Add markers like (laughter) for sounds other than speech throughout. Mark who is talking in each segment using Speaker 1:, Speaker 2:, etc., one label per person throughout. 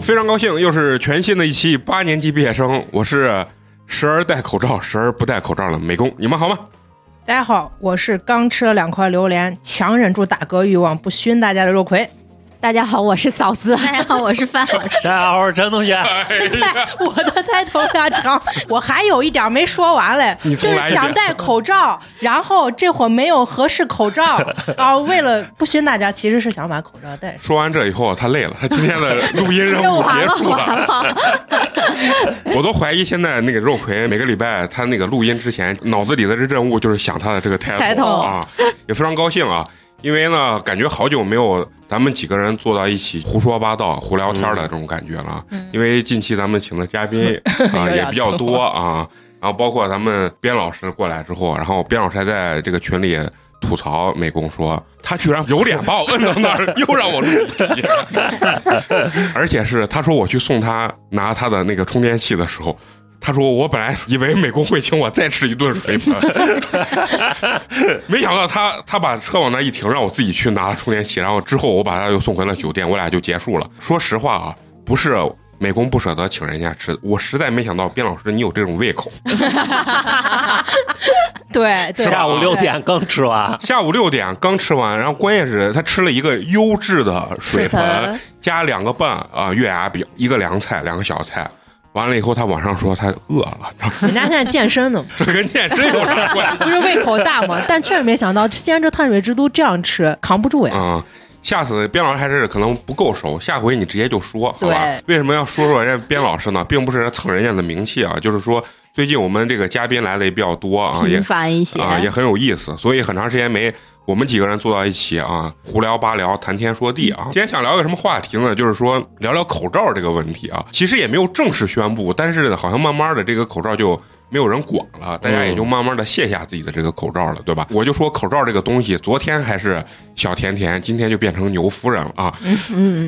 Speaker 1: 非常高兴，又是全新的一期八年级毕业生，我是时而戴口罩，时而不戴口罩的美工，你们好吗？
Speaker 2: 大家好，我是刚吃了两块榴莲，强忍住打嗝欲望，不熏大家的肉 (laughs) 葵。
Speaker 3: 大家好，我是嫂子。
Speaker 4: 大家好，我是范
Speaker 3: (laughs)
Speaker 4: 老师。
Speaker 5: 大家好，我是陈同学。
Speaker 1: 哎
Speaker 2: 在哎我的开头拉长，我还有一点没说完 (laughs) 嘞，
Speaker 1: 你
Speaker 2: 就
Speaker 1: 重来
Speaker 2: 是
Speaker 1: 一遍
Speaker 2: 想戴口罩，然后这会儿没有合适口 (laughs) 罩啊，为了不熏大家，其实是想把口罩戴上。
Speaker 1: 说完这以后，他累了，他今天的录音任务结
Speaker 3: 完了
Speaker 1: (laughs) 束
Speaker 3: 完
Speaker 1: 了。
Speaker 3: 了，
Speaker 1: 我都怀疑现在那个肉葵每个礼拜他那个录音之前，脑子里的任务就是想他的这个 title,
Speaker 3: 抬头
Speaker 1: 啊，也非常高兴啊，因为呢，感觉好久没有咱们几个人坐到一起胡说八道、胡聊天的这种感觉了。因为近期咱们请的嘉
Speaker 2: (laughs)
Speaker 1: 宾啊、
Speaker 2: 嗯有点
Speaker 1: 也比较多啊，然后包括咱们边老师过来之后，然后边老师还在这个群里。吐槽美工说，他居然有脸把我摁到那儿，又让我录一期， (laughs) 而且是他说我去送他拿他的那个充电器的时候，他说我本来以为美工会请我再吃一顿水盆，没想到他他把车往那一停，让我自己去拿充电器，然后之后我把他又送回了酒店，我俩就结束了。说实话啊，不是。美工不舍得请人家吃，我实在没想到边老师你有这种胃口。
Speaker 2: (laughs) 对对，
Speaker 5: 下午六点刚吃完，
Speaker 1: 下午六点刚吃完，然后关键是他吃了一个优质的水盆，
Speaker 3: 水盆
Speaker 1: 加两个半啊、呃月牙饼，一个凉菜，两个小菜。完了以后，他晚上说他饿了， (laughs)
Speaker 2: 人家现在健身呢嘛，
Speaker 1: 这跟健身有啥关系？
Speaker 2: 不是胃口大 (laughs) 嘛，但确实没想到西安这碳水之都这样吃，扛不住呀。
Speaker 1: 啊、下次边老师还是可能不够熟，下回你直接就说好吧
Speaker 2: 对？
Speaker 1: 为什么要说说人家边老师呢？并不是蹭人家的名气啊，就是说最近我们这个嘉宾来的也比较多
Speaker 3: (laughs)
Speaker 1: 啊，也
Speaker 3: 频繁一些。
Speaker 1: 啊，也很有意思，所以很长时间没我们几个人坐到一起啊，胡聊八聊，谈天说地啊。今天想聊个什么话题呢？就是说聊聊口罩这个问题啊。其实也没有正式宣布，但是好像慢慢的这个口罩就没有人管了，大家也就慢慢的卸下自己的这个口罩了，对吧？我就说口罩这个东西，昨天还是小甜甜，今天就变成牛夫人了啊。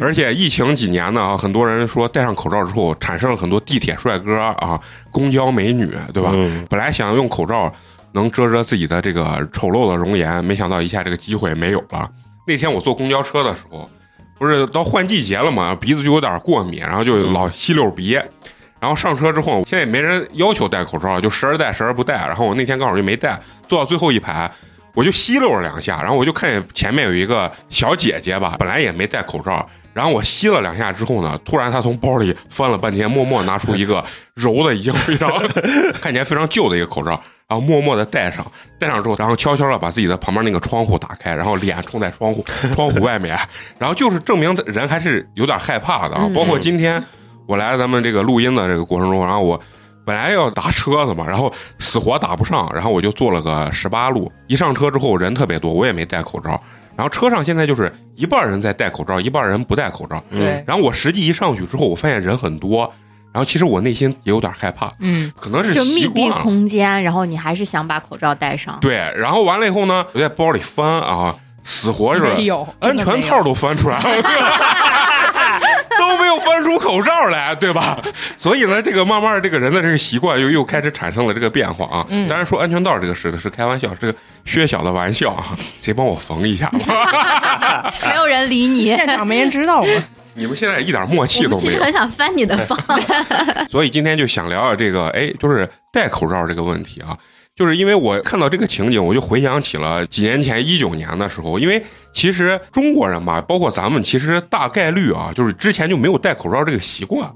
Speaker 1: 而且疫情几年呢，啊很多人说戴上口罩之后，产生了很多地铁帅哥啊、公交美女，对吧？
Speaker 5: 嗯
Speaker 1: 本来想用口罩能遮遮自己的这个丑陋的容颜，没想到一下这个机会没有了。那天我坐公交车的时候，不是到换季节了嘛，鼻子就有点过敏，然后就老吸溜鼻。然后上车之后，现在也没人要求戴口罩了，就时而戴时而不戴。然后我那天刚好就没戴，坐到最后一排，我就吸溜了两下，然后我就看见前面有一个小姐姐吧，本来也没戴口罩，然后我吸了两下之后呢，突然她从包里翻了半天，默默拿出一个揉的已经非常看起来非常旧的一个口罩，然后默默的戴上，戴上之后，然后悄悄的把自己的旁边那个窗户打开，然后脸冲在窗户窗户外面，然后就是证明人还是有点害怕的啊。包括今天我来咱们这个录音的这个过程中，然后我。本来要打车的嘛，然后死活打不上，然后我就坐了个十八路。一上车之后人特别多，我也没戴口罩。然后车上现在就是一半人在戴口罩，一半人不戴口罩。
Speaker 2: 对，
Speaker 1: 然后我实际一上去之后，我发现人很多，然后其实我内心也有点害怕，
Speaker 3: 嗯，
Speaker 1: 可能是
Speaker 3: 就
Speaker 1: 习
Speaker 3: 密
Speaker 1: 惯
Speaker 3: 闭
Speaker 1: 了。
Speaker 3: 空间，然后你还是想把口罩戴
Speaker 1: (laughs)
Speaker 3: 上。
Speaker 1: 对，然后完了以后呢，我在包里翻啊，死活就是
Speaker 2: 没有
Speaker 1: 安全套都翻出来了。 (laughs) 都没有翻出口罩来，对吧？所以呢，这个慢慢这个人的这个习惯又又开始产生了这个变化啊。
Speaker 2: 嗯
Speaker 1: 当然说安全套这个事是开玩笑，是个薛小的玩笑啊。谁帮我缝一下
Speaker 2: (laughs)
Speaker 1: 吧？
Speaker 3: 没有人理你。
Speaker 2: 现场没人知 (laughs) 道嘛，
Speaker 1: 你们现在一点默契都
Speaker 4: 我们其
Speaker 1: 没
Speaker 4: 实
Speaker 1: 有。
Speaker 4: 很想翻你的包，
Speaker 1: 所以今天就想聊聊这个，哎，就是戴口罩这个问题啊。就是因为我看到这个情景，我就回想起了几年前一九年的时候，因为其实中国人吧，包括咱们，其实大概率啊，就是之前就没有戴口罩这个习惯。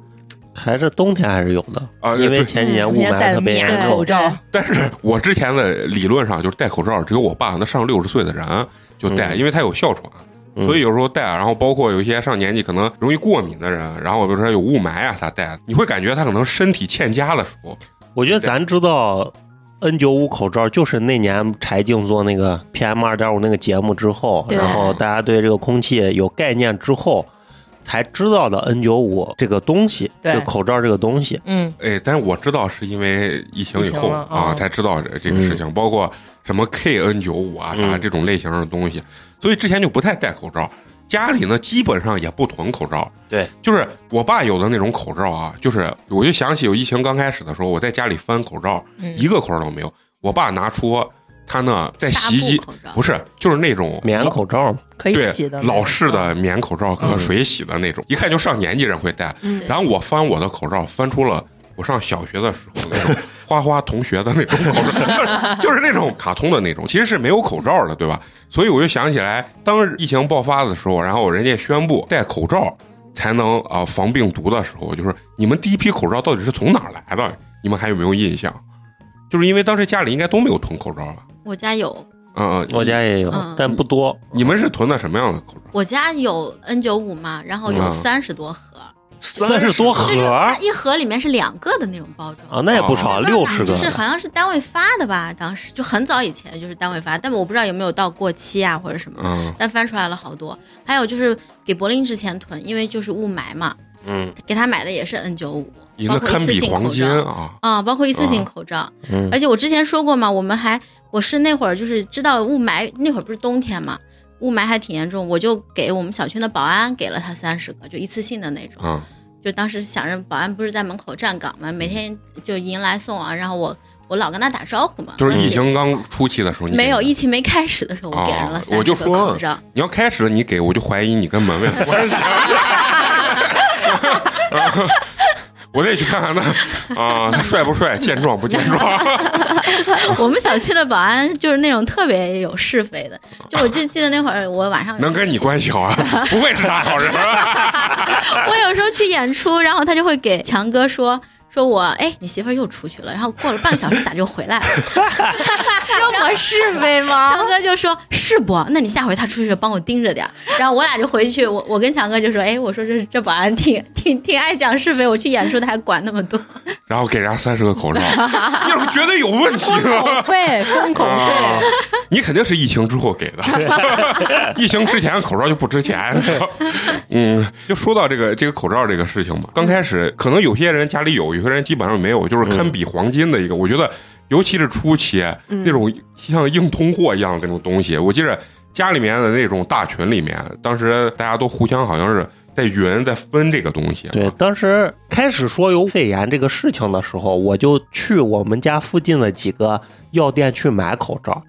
Speaker 5: 还是冬天还是有的
Speaker 1: 啊
Speaker 5: 因
Speaker 1: 对
Speaker 5: 为前几哎年
Speaker 4: 嗯
Speaker 5: 雾霾特别
Speaker 2: 人
Speaker 5: 严
Speaker 2: 家戴
Speaker 5: 重
Speaker 2: 口。罩
Speaker 1: 但是我之前的理论上就是戴口罩，只有我爸那上六十岁的人就戴，
Speaker 5: 嗯
Speaker 1: 因为他有哮喘，
Speaker 5: 嗯
Speaker 1: 所以有时候戴。啊然后包括有一些上年纪可能容易过敏的人，然后比如说有雾霾啊，他戴，你会感觉他可能身体欠佳的时候，
Speaker 5: 我觉得咱知道 N 九五口罩，就是那年柴静做那个 PM 二点五那个节目之后，
Speaker 3: 对
Speaker 5: 然后大家对这个空气有概念之后，才知道的 N 九五这个东西，
Speaker 2: 对
Speaker 5: 就口罩这个东西。
Speaker 2: 嗯，
Speaker 1: 哎，但是我知道是因为疫情以后
Speaker 2: 疫情了
Speaker 1: 啊，
Speaker 2: 哦
Speaker 1: 才知道这个事情，包括什么 KN 九五啊啥
Speaker 5: 嗯
Speaker 1: 这种类型的东西，所以之前就不太戴口罩。家里呢，基本上也不囤口罩。
Speaker 5: 对，
Speaker 1: 就是我爸有的那种口罩啊，就是我就想起有疫情刚开始的时候，我在家里翻口罩，一个口罩都没有。我爸拿出他那在洗衣机
Speaker 4: 纱布口罩
Speaker 1: 不是，就是那种
Speaker 5: 棉口罩嘛，
Speaker 2: 可以
Speaker 1: 对
Speaker 2: 洗的那种，啊嗯
Speaker 1: 老式的棉口罩，可水洗的那种，一看就上年纪人会戴。
Speaker 3: 嗯
Speaker 1: 然后我翻我的口罩，翻出了我上小学的时候那种
Speaker 2: (laughs)
Speaker 1: 花花同学的那种口罩， (laughs) 就是那种卡通的那种，其实是没有口罩的，对吧？所以我就想起来，当疫情爆发的时候，然后人家宣布戴口罩才能啊、呃防病毒的时候，就是你们第一批口罩到底是从哪儿来的？你们还有没有印象？就是因为当时家里应该都没有囤口罩吧？
Speaker 4: 我家有，
Speaker 1: 嗯嗯，
Speaker 5: 我家也有
Speaker 4: 嗯，
Speaker 5: 但不多。
Speaker 1: 你们是囤的什么样的口罩？
Speaker 4: 我家有 N 九五嘛，然后有
Speaker 1: 嗯
Speaker 4: 三十多盒，
Speaker 5: 三十多盒
Speaker 4: 就是它
Speaker 5: 啊，
Speaker 4: 一盒里面是两个的那种包装。
Speaker 5: 那也不少，
Speaker 4: 不知道
Speaker 5: 啊六
Speaker 4: 哪
Speaker 5: 十个
Speaker 4: 哦就。是好像是单位发的吧，当时就很早以前就是单位发，但我不知道有没有到过期啊或者什么，
Speaker 1: 嗯，
Speaker 4: 但翻出来了好多。还有就是给柏林之前囤，因为就是雾霾嘛，
Speaker 5: 嗯
Speaker 4: 给他买的也是 N 九五，
Speaker 1: 赢
Speaker 4: 包
Speaker 1: 的
Speaker 4: 括一
Speaker 1: 堪
Speaker 4: 次
Speaker 1: 比
Speaker 4: 性
Speaker 1: 黄
Speaker 4: 口
Speaker 1: 金
Speaker 4: 罩
Speaker 1: 啊！
Speaker 4: 啊、包括一次性口罩。
Speaker 5: 嗯
Speaker 4: 而且我之前说过嘛，我们还我是那会儿就是知道雾霾，那会儿不是冬天嘛，雾霾还挺严重，我就给我们小区的保安给了他三十个，就一次性的那种。
Speaker 1: 啊，
Speaker 4: 就当时想着保安不是在门口站岗嘛，每天就迎来送往，然后我我老跟他打招呼嘛。
Speaker 1: 就是疫
Speaker 4: 我
Speaker 1: 情刚初期的时候，
Speaker 4: 给
Speaker 1: 你
Speaker 4: 嗯没有
Speaker 1: 疫，
Speaker 4: 疫情没开始的时候，我给人了
Speaker 1: 哦
Speaker 4: 三
Speaker 1: 我
Speaker 4: 十
Speaker 1: 就
Speaker 4: 个
Speaker 1: 说
Speaker 4: 口罩。
Speaker 1: 你要开始了你给我就怀疑你跟门卫有关系。啊 (laughs) 我得去看看他啊，他帅不帅，健壮不健壮？
Speaker 4: 我们小区的保安就是那种特别有是非的，就我记记得那会儿我晚上
Speaker 1: 能跟你关系好啊，不会是啥好人啊。 (laughs)
Speaker 4: (laughs) 我有时候去演出，然后他就会给强哥说。说我哎，你媳妇儿又出去了，然后过了半个小时咋就回来了？
Speaker 3: (laughs) 这么是非吗？
Speaker 4: (laughs) 强哥就说是不？那你下回他出去帮我盯着点儿。然后我俩就回去，我我跟强哥就说，哎，我说这这保安 (laughs) 挺挺挺爱讲是非，我去演出他还管那么多。
Speaker 1: 然后给人家三十个口罩， (laughs) 要是绝对有问题啊了。
Speaker 2: (laughs) 费封 (laughs) 口
Speaker 1: 啊 (laughs)
Speaker 2: 费，
Speaker 1: 你肯定是疫情之后给的， (laughs) 疫情之前口罩就不值 (laughs) 钱。嗯，就说到这个这个口罩这个事情嘛，刚开始可能有些人家里有，有些人基本上没有，就是堪比黄金的一个。我觉得，尤其是初期
Speaker 3: 嗯
Speaker 1: 那种像硬通货一样的那种东西，我记着家里面的那种大群里面，当时大家都互相好像是在匀在分这个东西。啊
Speaker 5: 对，当时开始说有肺炎这个事情的时候，我就去我们家附近的几个药店去买口罩，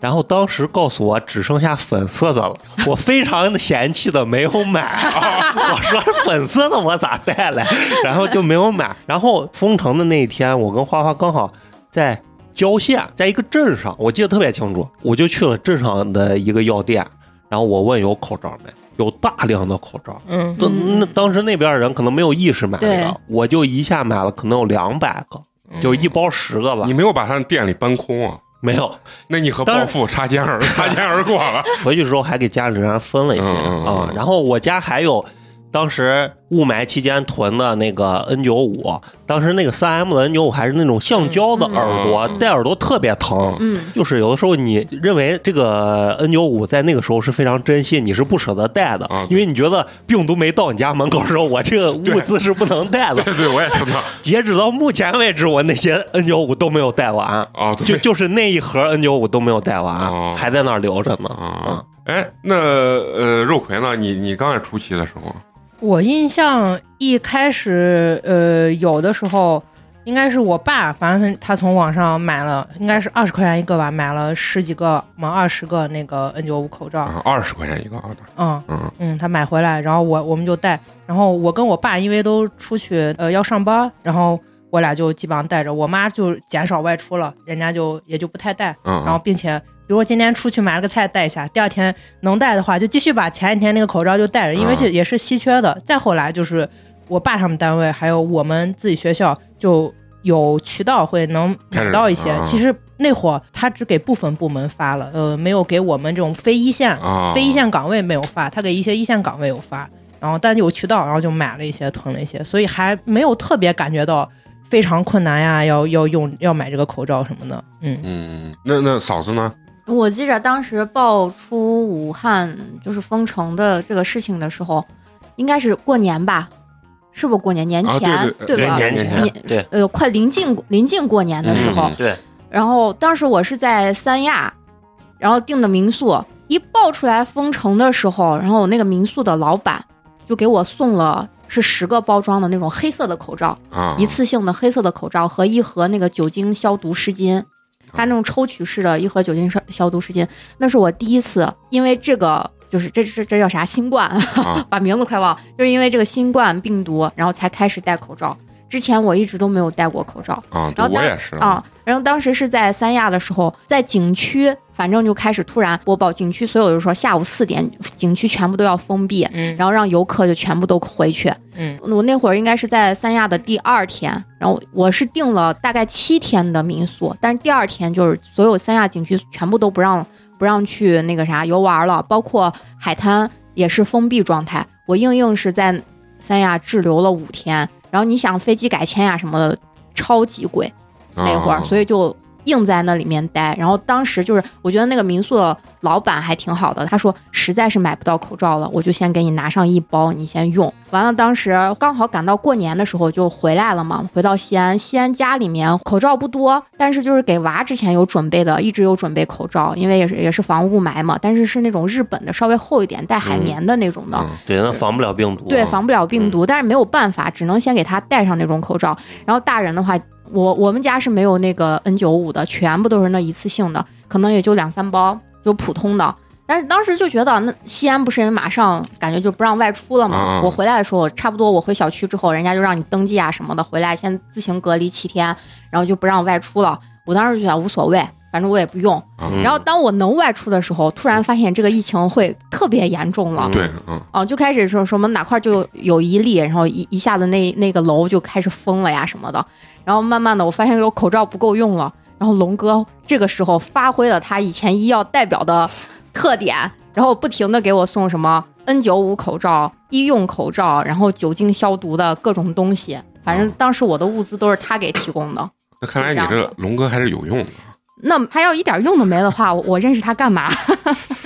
Speaker 5: 然后当时告诉我只剩下粉色的了，我非常嫌弃的没有买，我说粉色的我咋带来，然后就没有买。然后封城的那一天，我跟花花刚好在。郊县在一个镇上，我记得特别清楚，我就去了镇上的一个药店，然后我问有口罩没，有大量的口罩，
Speaker 2: 嗯，
Speaker 5: 都
Speaker 3: 嗯
Speaker 5: 那当时那边人可能没有意识买这
Speaker 3: 对嗯
Speaker 5: 个，我就一下买了可能有两百个，就一包十个吧
Speaker 1: 你，没有把他的店里搬空啊？
Speaker 5: 没有。
Speaker 1: 那你和
Speaker 5: 当
Speaker 1: 暴
Speaker 5: 然
Speaker 1: 富擦 (laughs) 肩而擦肩而过了。
Speaker 5: 回去之后还给家里人分了一些
Speaker 1: 嗯嗯嗯
Speaker 5: 啊
Speaker 1: 嗯。
Speaker 5: 然后我家还有当时雾霾期间囤的那个 N 九五，当时那个三 M 的 N 九五还是那种橡胶的
Speaker 3: 嗯嗯
Speaker 5: 耳朵
Speaker 1: 嗯，
Speaker 5: 戴耳朵特别疼。
Speaker 3: 嗯，
Speaker 5: 就是有的时候，你认为这个 N 九五在那个时候是非常珍惜，你是不舍得戴的
Speaker 1: 啊，
Speaker 5: 因为你觉得病毒没到你家门口的时候，我这个物资是不能带的。
Speaker 1: 对对，我也知道
Speaker 5: 截止到目前为止，我那些 N 九五都没有戴完，
Speaker 1: 啊。对
Speaker 5: 就就是那一盒 N 九五都没有戴完，
Speaker 1: 哦
Speaker 5: 还在那儿留着呢。
Speaker 1: 啊，哎，那呃，肉葵呢？你你刚才初期的时
Speaker 3: 啊
Speaker 1: 候，
Speaker 2: 我印象一开始，呃，有的时候应该是我爸，反正他从网上买了，应该是二十块钱一个吧，买了十几个嘛，二十个那个 N 九五口罩，
Speaker 1: 啊，二十块钱一个啊，
Speaker 2: 嗯
Speaker 1: 嗯
Speaker 2: 嗯，他买回来，然后我我们就戴，然后我跟我爸因为都出去呃要上班，然后我俩就基本上戴着，我妈就减少外出了，人家就也就不太戴，
Speaker 1: 嗯，
Speaker 2: 然后并且。比如我今天出去买了个菜带一下，第二天能带的话，就继续把前一天那个口罩就带着，因为这
Speaker 1: 嗯
Speaker 2: 也是稀缺的。再后来就是我爸他们单位还有我们自己学校就有渠道会能买到一些
Speaker 1: 开始。嗯
Speaker 2: 其实那会儿他只给部分部门发了，呃，没有给我们这种非一线
Speaker 1: 啊，
Speaker 2: 非一线岗位没有发，他给一些一线岗位有发，然后但有渠道，然后就买了一些，囤了一些，所以还没有特别感觉到非常困难呀，要要用要买这个口罩什么的，嗯
Speaker 1: 嗯，那那嫂子呢？
Speaker 3: 我记着当时爆出武汉就是封城的这个事情的时候，应该是过年吧？是不过年年
Speaker 1: 啊
Speaker 3: 前、
Speaker 1: 对对
Speaker 3: 吧？
Speaker 1: 年
Speaker 5: 年
Speaker 1: 前
Speaker 5: 前
Speaker 3: 年
Speaker 5: 对
Speaker 3: 呃，快临近临近过年的时候，
Speaker 1: 嗯
Speaker 5: 对，
Speaker 3: 然后当时我是在三亚，然后订的民宿，一爆出来封城的时候，然后我那个民宿的老板就给我送了是十个包装的那种黑色的口罩，
Speaker 1: 啊，
Speaker 3: 一次性的黑色的口罩和一盒那个酒精消毒湿
Speaker 1: 啊
Speaker 3: 巾，它那种抽取式的一盒酒精消消毒湿巾，那是我第一次因为这个就是这这这叫啥新冠，
Speaker 1: 啊
Speaker 3: (laughs) 把名字快忘了，就是因为这个新冠病毒，然后才开始戴口罩。之前我一直都没有戴过口罩
Speaker 1: 啊！对
Speaker 3: 然后
Speaker 1: 我
Speaker 3: 当
Speaker 1: 也是
Speaker 3: 啊，然后当时是在三亚的时候，在景区，反正就开始突然播报，景区所有的说下午四点，景区全部都要封闭，
Speaker 2: 嗯
Speaker 3: 然后让游客就全部都回去。
Speaker 2: 嗯，
Speaker 3: 我那会儿应该是在三亚的第二天，然后我是订了大概七天的民宿，但是第二天就是所有三亚景区全部都不让不让去那个啥游玩了，包括海滩也是封闭状态。我硬硬是在三亚滞留了五天，然后你想飞机改签呀什么的，超级贵。那会儿，所
Speaker 1: 以
Speaker 3: 以就硬在那里面待。然后当时就是，我觉得那个民宿的老板还挺好的，他说实在是买不到口罩了，我就先给你拿上一包，你先用。完了，当时刚好赶到过年的时候就回来了嘛， (laughs) 回到西安，西安家里面口罩不多，但是就是给娃之前有准备的，一直有准备口罩，因为也是也是防雾霾嘛，但是是那种日本的稍微厚一点带海绵的那种
Speaker 1: 嗯
Speaker 3: 的。
Speaker 5: 对，那防不了病毒。
Speaker 3: 对，防不了病毒，但是没有办法，只能先给他戴上那种口罩。然后大人的话，我我们家是没有那个 N 9 5的，全部都是那一次性的，可能也就两三包，就普通的。但是当时就觉得，那西安不是马上感觉就不让外出了
Speaker 1: 嗯
Speaker 3: 嘛？
Speaker 1: 嗯
Speaker 3: 我回来的时候，差不多我回小区之后，人家就让你登记啊什么的，回来先自行隔离七天，然后就不让外出了。我当时就觉得无所谓，反正我也不用。
Speaker 5: 嗯
Speaker 3: 然后当我能外出的时候，突然发现这个疫情会特别严重了
Speaker 5: 嗯。
Speaker 1: 对，嗯
Speaker 3: 哦，就开始说什么哪块就有一例，然后一一下子那那个楼就开始封了呀什么的，然后慢慢的我发现我口罩不够用了，然后龙哥这个时候发挥了他以前医药代表的特点，然后不停的给我送什么 N 9 5口罩、医用口罩，然后酒精消毒的各种东西，反正当时我的物资都是他给提供的。
Speaker 1: 那看来你
Speaker 3: 是这
Speaker 1: 这
Speaker 3: 样
Speaker 1: 龙哥还是有用的，
Speaker 3: 那他要一点用都没的话，我我认识他干嘛？ (laughs)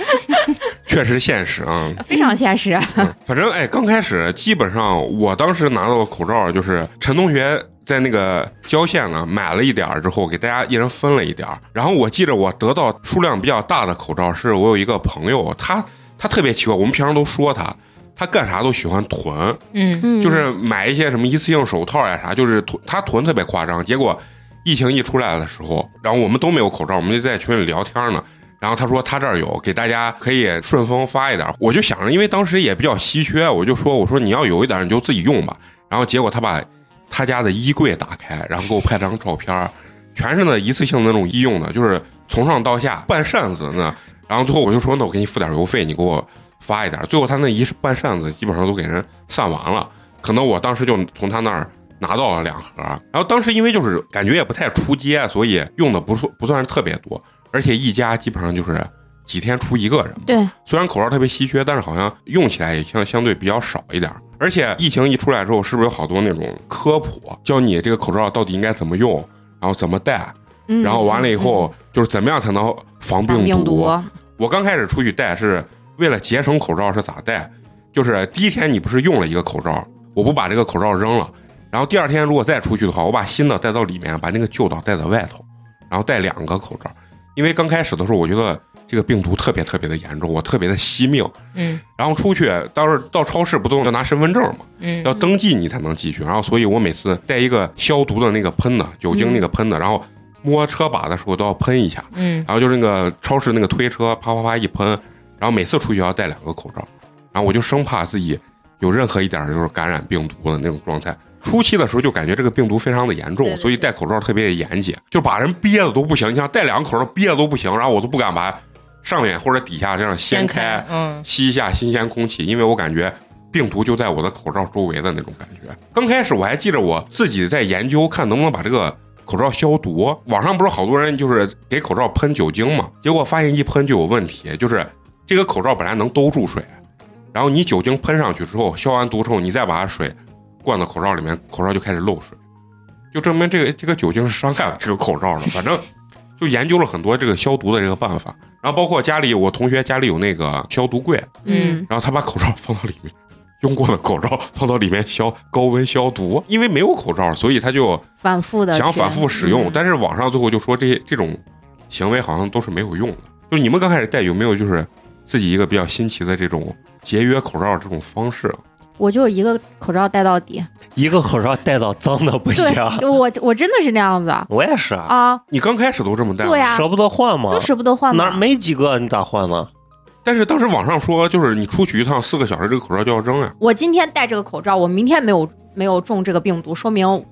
Speaker 1: 确实现实啊。
Speaker 3: 非常现实。
Speaker 1: 嗯反正哎，刚开始基本上我当时拿到的口罩就是陈同学在那个郊县呢买了一点儿之后，给大家一人分了一点儿。然后我记得我得到数量比较大的口罩是我有一个朋友，他他特别奇怪，我们平常都说他。他干啥都喜欢囤，
Speaker 2: 嗯
Speaker 3: 嗯，
Speaker 1: 就是买一些什么一次性手套呀啥，就是囤他囤特别夸张。结果疫情一出来的时候，然后我们都没有口罩，我们就在群里聊天呢。然后他说他这儿有，给大家可以顺丰发一点儿。我就想着，因为当时也比较稀缺，我就说我说你要有一点儿你就自己用吧。然后结果他把他家的衣柜打开，然后给我拍张照片儿，全是那一次性的那种医用的，就是从上到下半扇子呢。然后最后我就说，那我给你付点邮费，你给我发一点儿。最后他那一半扇子基本上都给人散完了，可能我当时就从他那儿拿到了两盒。然后当时因为就是感觉也不太出街，所以用的不算不算是特别多，而且一家基本上就是几天出一个人。
Speaker 3: 对，
Speaker 1: 虽然口罩特别稀缺，但是好像用起来也相相对比较少一点儿。而且疫情一出来之后，是不是有好多那种科普，教你这个口罩到底应该怎么用，然后怎么戴，
Speaker 3: 嗯
Speaker 1: 然后完了以后、啊就是怎么样才能防
Speaker 3: 防病毒，
Speaker 1: 我刚开始出去戴是为了节省口罩是咋戴？就是第一天你不是用了一个口罩，我不把这个口罩扔了，然后第二天如果再出去的话，我把新的带到里面，把那个旧的带到外头，然后戴两个口罩。因为刚开始的时候，我觉得这个病毒特别特别的严重，我特别的惜命。
Speaker 2: 嗯
Speaker 1: 然后出去，当时到超市不都要拿身份证吗？
Speaker 2: 嗯
Speaker 1: 要登记你才能进去。然后，所以我每次带一个消毒的那个喷的，酒精那个喷的，然后摸车把的时候都要喷一下。
Speaker 2: 嗯，
Speaker 1: 然后就是那个超市那个推车，啪啪啪一喷，然后每次出去要戴两个口罩，然后我就生怕自己有任何一点儿就是感染病毒的那种状态。初期的时候就感觉这个病毒非常的严重，
Speaker 4: 对对对
Speaker 1: 所以戴口罩特别的严谨，就把人憋的都不行。你想戴两个口罩憋的都不行，然后我都不敢把上面或者底下这样掀
Speaker 2: 先
Speaker 1: 开，
Speaker 2: 嗯
Speaker 1: 吸一下新鲜空气，因为我感觉病毒就在我的口罩周围的那种感觉。刚开始我还记着我自己在研究，看能不能把这个口罩消毒。网上不是好多人就是给口罩喷酒精嘛，结果发现一喷就有问题，就是这个口罩本来能兜住水，然后你酒精喷上去之后，消完毒之后，你再把水灌到口罩里面，口罩就开始漏水，就证明这个这个酒精是伤害了这个口罩了。反正就研究了很多这个消毒的这个办法，然后包括家里我同学家里有那个消毒柜，
Speaker 3: 嗯
Speaker 1: 然后他把口罩放到里面，用过的口罩放到里面消高温消毒，因为没有口罩，所以他就
Speaker 3: 反复的嗯
Speaker 1: 想反复使用。但是网上最后就说这些这种行为好像都是没有用的。就你们刚开始戴有没有就是自己一个比较新奇的这种节约口罩这种方式？啊
Speaker 3: 我就一个口罩戴到底。
Speaker 1: 哎
Speaker 5: 一个口罩戴到脏的不一
Speaker 3: 对
Speaker 5: 样，。
Speaker 3: 我我真的是那样子
Speaker 5: 我也是啊，
Speaker 3: 啊，
Speaker 1: 你刚开始都这么戴吗？
Speaker 3: 对呀、
Speaker 5: 舍不得换嘛
Speaker 3: 啊都，舍不得换啊
Speaker 5: 哪
Speaker 3: 嘛
Speaker 5: 儿。没几个，你咋换呢？
Speaker 1: 但是当时网上说，就是你出去一趟四个小时，这个口罩就要扔啊。
Speaker 3: 我今天戴这个口罩，我明天没有没有中这个病毒，说明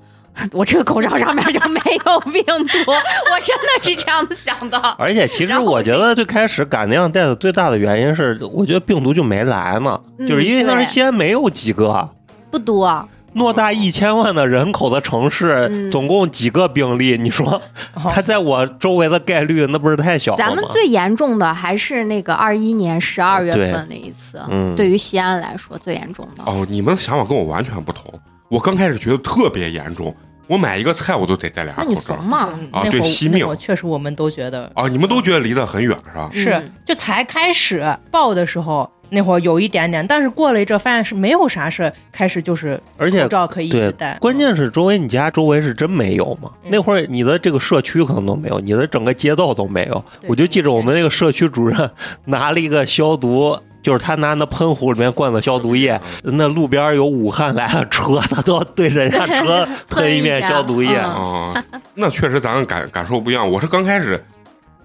Speaker 3: 我这个口罩上面就没有病毒。我真的是这样子想
Speaker 5: (laughs)
Speaker 3: 的。
Speaker 5: 而且其实
Speaker 3: 然后
Speaker 5: 我觉得最开始敢那样戴的最大的原因是，我觉得病毒就没来呢，
Speaker 3: 嗯
Speaker 5: 就是因为当时
Speaker 3: 对
Speaker 5: 西安没有几个。
Speaker 3: 不多，
Speaker 5: 偌大一千万的人口的城市，
Speaker 3: 嗯
Speaker 5: 总共几个病例？你说
Speaker 2: 哦
Speaker 5: 它在我周围的概率，那不是太小了吗？
Speaker 3: 咱们最严重的还是那个二一年十二月
Speaker 5: 哦对
Speaker 3: 份那一次，
Speaker 5: 嗯
Speaker 3: 对于西安来说最严重的。
Speaker 1: 哦，你们的想法跟我完全不同。我刚开始觉得特别严重，我买一个菜我都得戴俩
Speaker 3: 那
Speaker 1: 口
Speaker 3: 你
Speaker 1: 罩
Speaker 3: 怂。嘛？
Speaker 2: 嗯
Speaker 1: 啊
Speaker 2: 那
Speaker 1: 对
Speaker 2: 会儿
Speaker 1: 惜
Speaker 2: 那
Speaker 1: 命
Speaker 2: 会儿确实我们都觉得
Speaker 1: 哦，你们都觉得离得很远是吧？
Speaker 2: 是
Speaker 3: 嗯，
Speaker 2: 就才开始报的时候，那会儿有一点点，但是过了一阵，发现是没有啥事儿，开始就是
Speaker 5: 而且
Speaker 2: 口罩可以一直
Speaker 5: 对
Speaker 2: 戴，。
Speaker 5: 关键是周围你家周围是真没有嘛？
Speaker 2: 嗯
Speaker 5: 那会儿你的这个社区可能都没有，你的整个街道都没有。
Speaker 2: 对
Speaker 5: 我就记着我们那个社区主任拿了一个消毒，就是他拿那喷壶里面灌的消毒液，
Speaker 3: 嗯
Speaker 5: 那路边有武汉来的车，他都要对着人家车
Speaker 3: 喷
Speaker 5: 喷一
Speaker 3: 一
Speaker 5: 遍
Speaker 3: 下
Speaker 5: 消毒液。
Speaker 3: 嗯
Speaker 1: 哦，那确实咱们感感受不一样。我是刚开始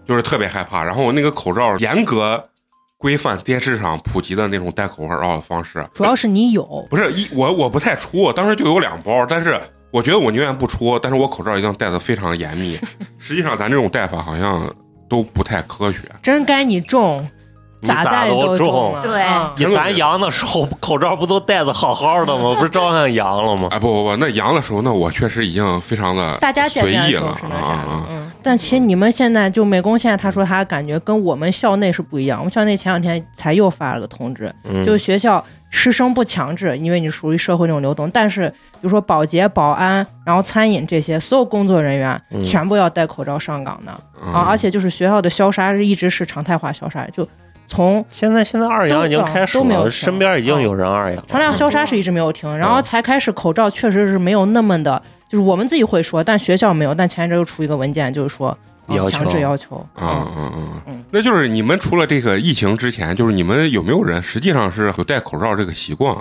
Speaker 1: 就是特别害怕，然后我那个口罩严格规范电视上普及的那种戴口罩的方式，
Speaker 2: 主要是你有，
Speaker 1: 不是一我我不太出，我当时就有两包，但是我觉得我宁愿不出，但是我口罩一定要戴的非常严
Speaker 2: (laughs)
Speaker 1: 密。实际上，咱这种戴法好像都不太科学。
Speaker 2: 真该你中，
Speaker 5: 你
Speaker 2: 咋
Speaker 5: 咋
Speaker 2: 戴
Speaker 5: 都
Speaker 2: 都
Speaker 5: 中
Speaker 2: 了。
Speaker 3: 对
Speaker 2: 嗯
Speaker 5: 你咱阳的时候口罩不都戴的好好
Speaker 3: (laughs)
Speaker 5: 的吗？不是照样阳了吗？
Speaker 1: 哎，不不不，那阳的时候，那我确实已经非常的
Speaker 2: 大家见
Speaker 1: 随
Speaker 2: 面的
Speaker 1: 意
Speaker 2: 时
Speaker 1: 了
Speaker 2: 候是
Speaker 1: 啊
Speaker 2: 那
Speaker 1: 啊
Speaker 2: 啥的
Speaker 1: 啊，！
Speaker 2: 嗯，但其实你们现在就美工现在他说他感觉跟我们校内是不一样，我们校内前两天才又发了个通知，
Speaker 5: 嗯
Speaker 2: 就是学校师生不强制，因为你属于社会这种流动，但是比如说保洁、保安，然后餐饮这些所有工作人员
Speaker 5: 嗯
Speaker 2: 全部要戴口罩上岗的
Speaker 1: 嗯
Speaker 2: 啊，而且就是学校的消杀是一直是常态化消杀，就从
Speaker 5: 现在现在二阳已经开始
Speaker 2: 都没有
Speaker 5: 了，
Speaker 2: 停
Speaker 5: 嗯身边已经有人二阳了。
Speaker 2: 常态化消杀是一直没有停，然
Speaker 5: 嗯
Speaker 2: 后才开始口罩确实是没有那么的，就是我们自己会说，但学校没有，但前一阵又出一个文件，就是说、啊
Speaker 5: 要求
Speaker 2: 强制要求
Speaker 1: 啊
Speaker 2: 嗯
Speaker 1: 嗯嗯嗯
Speaker 2: 嗯，
Speaker 1: 那就是你们除了这个疫情之前，就是你们有没有人实际上是有戴口罩这个习惯？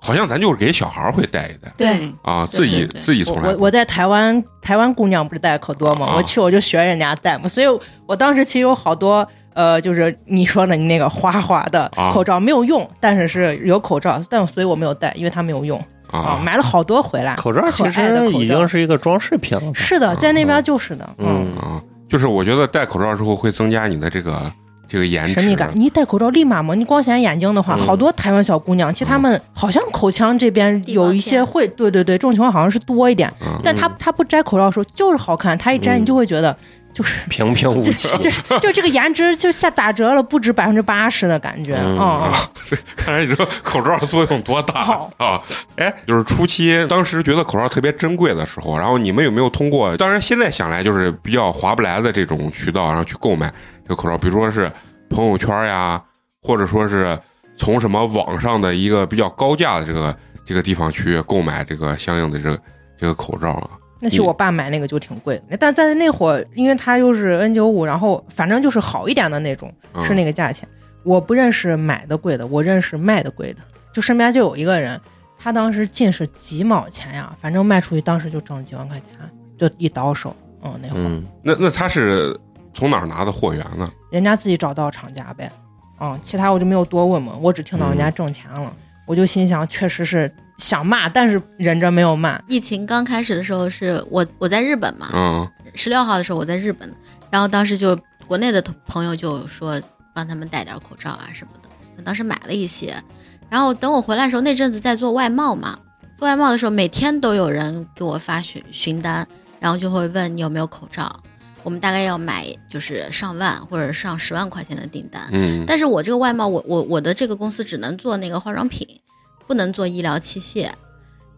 Speaker 1: 好像咱就是给小孩儿会戴一戴
Speaker 4: 对，
Speaker 1: 啊，自己
Speaker 4: 对对
Speaker 1: 自己
Speaker 2: 我
Speaker 1: 从来
Speaker 2: 我我在台湾，台湾姑娘不是戴口多吗？
Speaker 1: 啊
Speaker 2: 我去我就学人家戴嘛，所以我当时其实有好多呃，就是你说的你那个花花的
Speaker 1: 啊
Speaker 2: 口罩没有用，但是是有口罩，但所以我没有戴，因为它没有用啊，
Speaker 1: 啊，
Speaker 2: 买了好多回来。
Speaker 5: 口罩其
Speaker 2: 可爱的
Speaker 5: 实
Speaker 2: 口罩
Speaker 5: 已经是一个装饰品了吧。
Speaker 2: 是的，在那边就是的，嗯，
Speaker 5: 嗯，
Speaker 1: 啊，就是我觉得戴口罩之后会增加你的这个这个颜值
Speaker 2: 神秘感。你一戴口罩立马嘛，你光显眼睛的话，
Speaker 5: 嗯
Speaker 2: 好多台湾小姑娘，其实她们好像口腔这边
Speaker 4: 地方
Speaker 2: 有一些
Speaker 4: 片
Speaker 2: 会，对对对，这种情况好像是多一点
Speaker 1: 嗯。
Speaker 2: 但她她不摘口罩的时候就是好看，她一摘
Speaker 5: 嗯
Speaker 2: 你就会觉得就是
Speaker 5: 平
Speaker 1: (laughs)
Speaker 5: 平无奇。
Speaker 2: 就就这个颜值就下打折了，不止百分之八十的感觉，
Speaker 5: 嗯
Speaker 2: 嗯，
Speaker 1: 看来你这口罩的作用多大
Speaker 2: 好
Speaker 1: 啊！哎，就是初期当时觉得口罩特别珍贵的时候，然后你们有没有通过？当然现在想来就是比较划不来的这种渠道，然后去购买这个口罩，比如说是朋友圈呀，或者说是从什么网上的一个比较高价的这个这个地方去购买这个相应的这个这个口罩啊。
Speaker 2: 那其实我爸买那个就挺贵的，但在那会儿，因为他又是 N 九五，然后反正就是好一点的那种，
Speaker 1: 嗯
Speaker 2: 是那个价钱。我不认识买的贵的，我认识卖的贵的。就身边就有一个人，他当时进是几毛钱呀，反正卖出去当时就挣几万块钱，就一倒手。嗯，那会儿、
Speaker 5: 嗯，
Speaker 1: 那那他是从哪儿拿的货源呢？
Speaker 2: 人家自己找到厂家呗。嗯，其他我就没有多问嘛，我只听到人
Speaker 1: 嗯
Speaker 2: 家挣钱了，我就心想，确实是想骂，但是忍着没有骂。
Speaker 4: 疫情刚开始的时候是我我在日本嘛，
Speaker 1: 嗯，
Speaker 4: 十六号的时候我在日本，然后当时就国内的同朋友就说帮他们带点口罩啊什么的，我当时买了一些，然后等我回来的时候，那阵子在做外贸嘛，做外贸的时候每天都有人给我发询询单，然后就会问你有没有口罩，我们大概要买就是上万或者上十万块钱的订单，
Speaker 1: 嗯
Speaker 4: 但是我这个外贸，我我我的这个公司只能做那个化妆品，不能做医疗器械，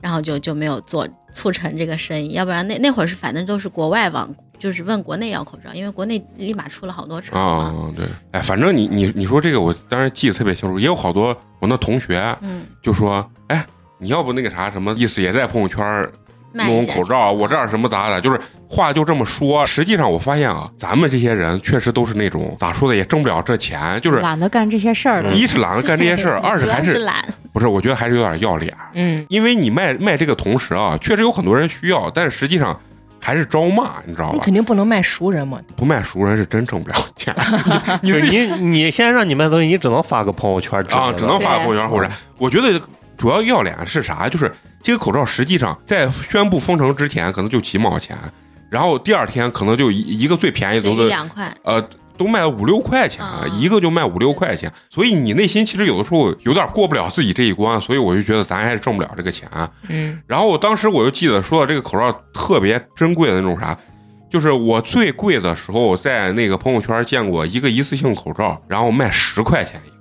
Speaker 4: 然后就就没有做促成这个生意。要不然那那会儿是反正都是国外往，就是问国内要口罩，因为国内立马出了好多厂嘛。
Speaker 1: 啊，对，哎，反正你你你说这个，我当时记得特别清楚，也有好多我那同学
Speaker 4: 嗯，
Speaker 1: 就说，哎，你要不那个啥什么意思，也在朋友圈儿
Speaker 4: 卖一
Speaker 1: 弄
Speaker 4: 下
Speaker 1: 口罩，我这儿什么咋的，就是话就这么说。实际上我发现啊，咱们这些人确实都是那种咋说的，也挣不了这钱，就是嗯
Speaker 3: 懒得干这些事儿了。
Speaker 1: 一是懒得干这些
Speaker 4: (laughs)
Speaker 1: 事儿，二是
Speaker 4: 主要
Speaker 1: 还
Speaker 4: 是
Speaker 1: 是
Speaker 4: 懒，
Speaker 1: 不是？我觉得还是有点要脸，
Speaker 2: 嗯，
Speaker 1: 因为你卖卖这个同时啊，确实有很多人需要，但是实际上。还是招骂，你知道
Speaker 2: 那
Speaker 1: 吧？
Speaker 2: 肯定不能卖熟人嘛。
Speaker 1: 不卖熟人是真挣不了钱 (laughs)
Speaker 5: 你你你现在让你卖东西，你只能发个嗯朋友圈
Speaker 1: 啊，只能
Speaker 5: 发。
Speaker 1: 发朋友圈或者。我觉得主要要脸是啥？就是这个口罩实际上在宣布封城之前，可能就几毛钱，然后第二天可能就一一个最便宜
Speaker 4: 对
Speaker 1: 的
Speaker 4: 一
Speaker 1: 都是
Speaker 4: 两块，
Speaker 1: 呃，都卖五六块钱了，
Speaker 4: 啊
Speaker 1: 一个就卖五六块钱，所以你内心其实有的时候有点过不了自己这一关，所以我就觉得咱还是挣不了这个钱。啊
Speaker 2: 嗯，
Speaker 1: 然后我当时我就记得说到这个口罩特别珍贵的那种啥，就是我最贵的时候在那个朋友圈见过一个一次性口罩，然后卖十块钱一个，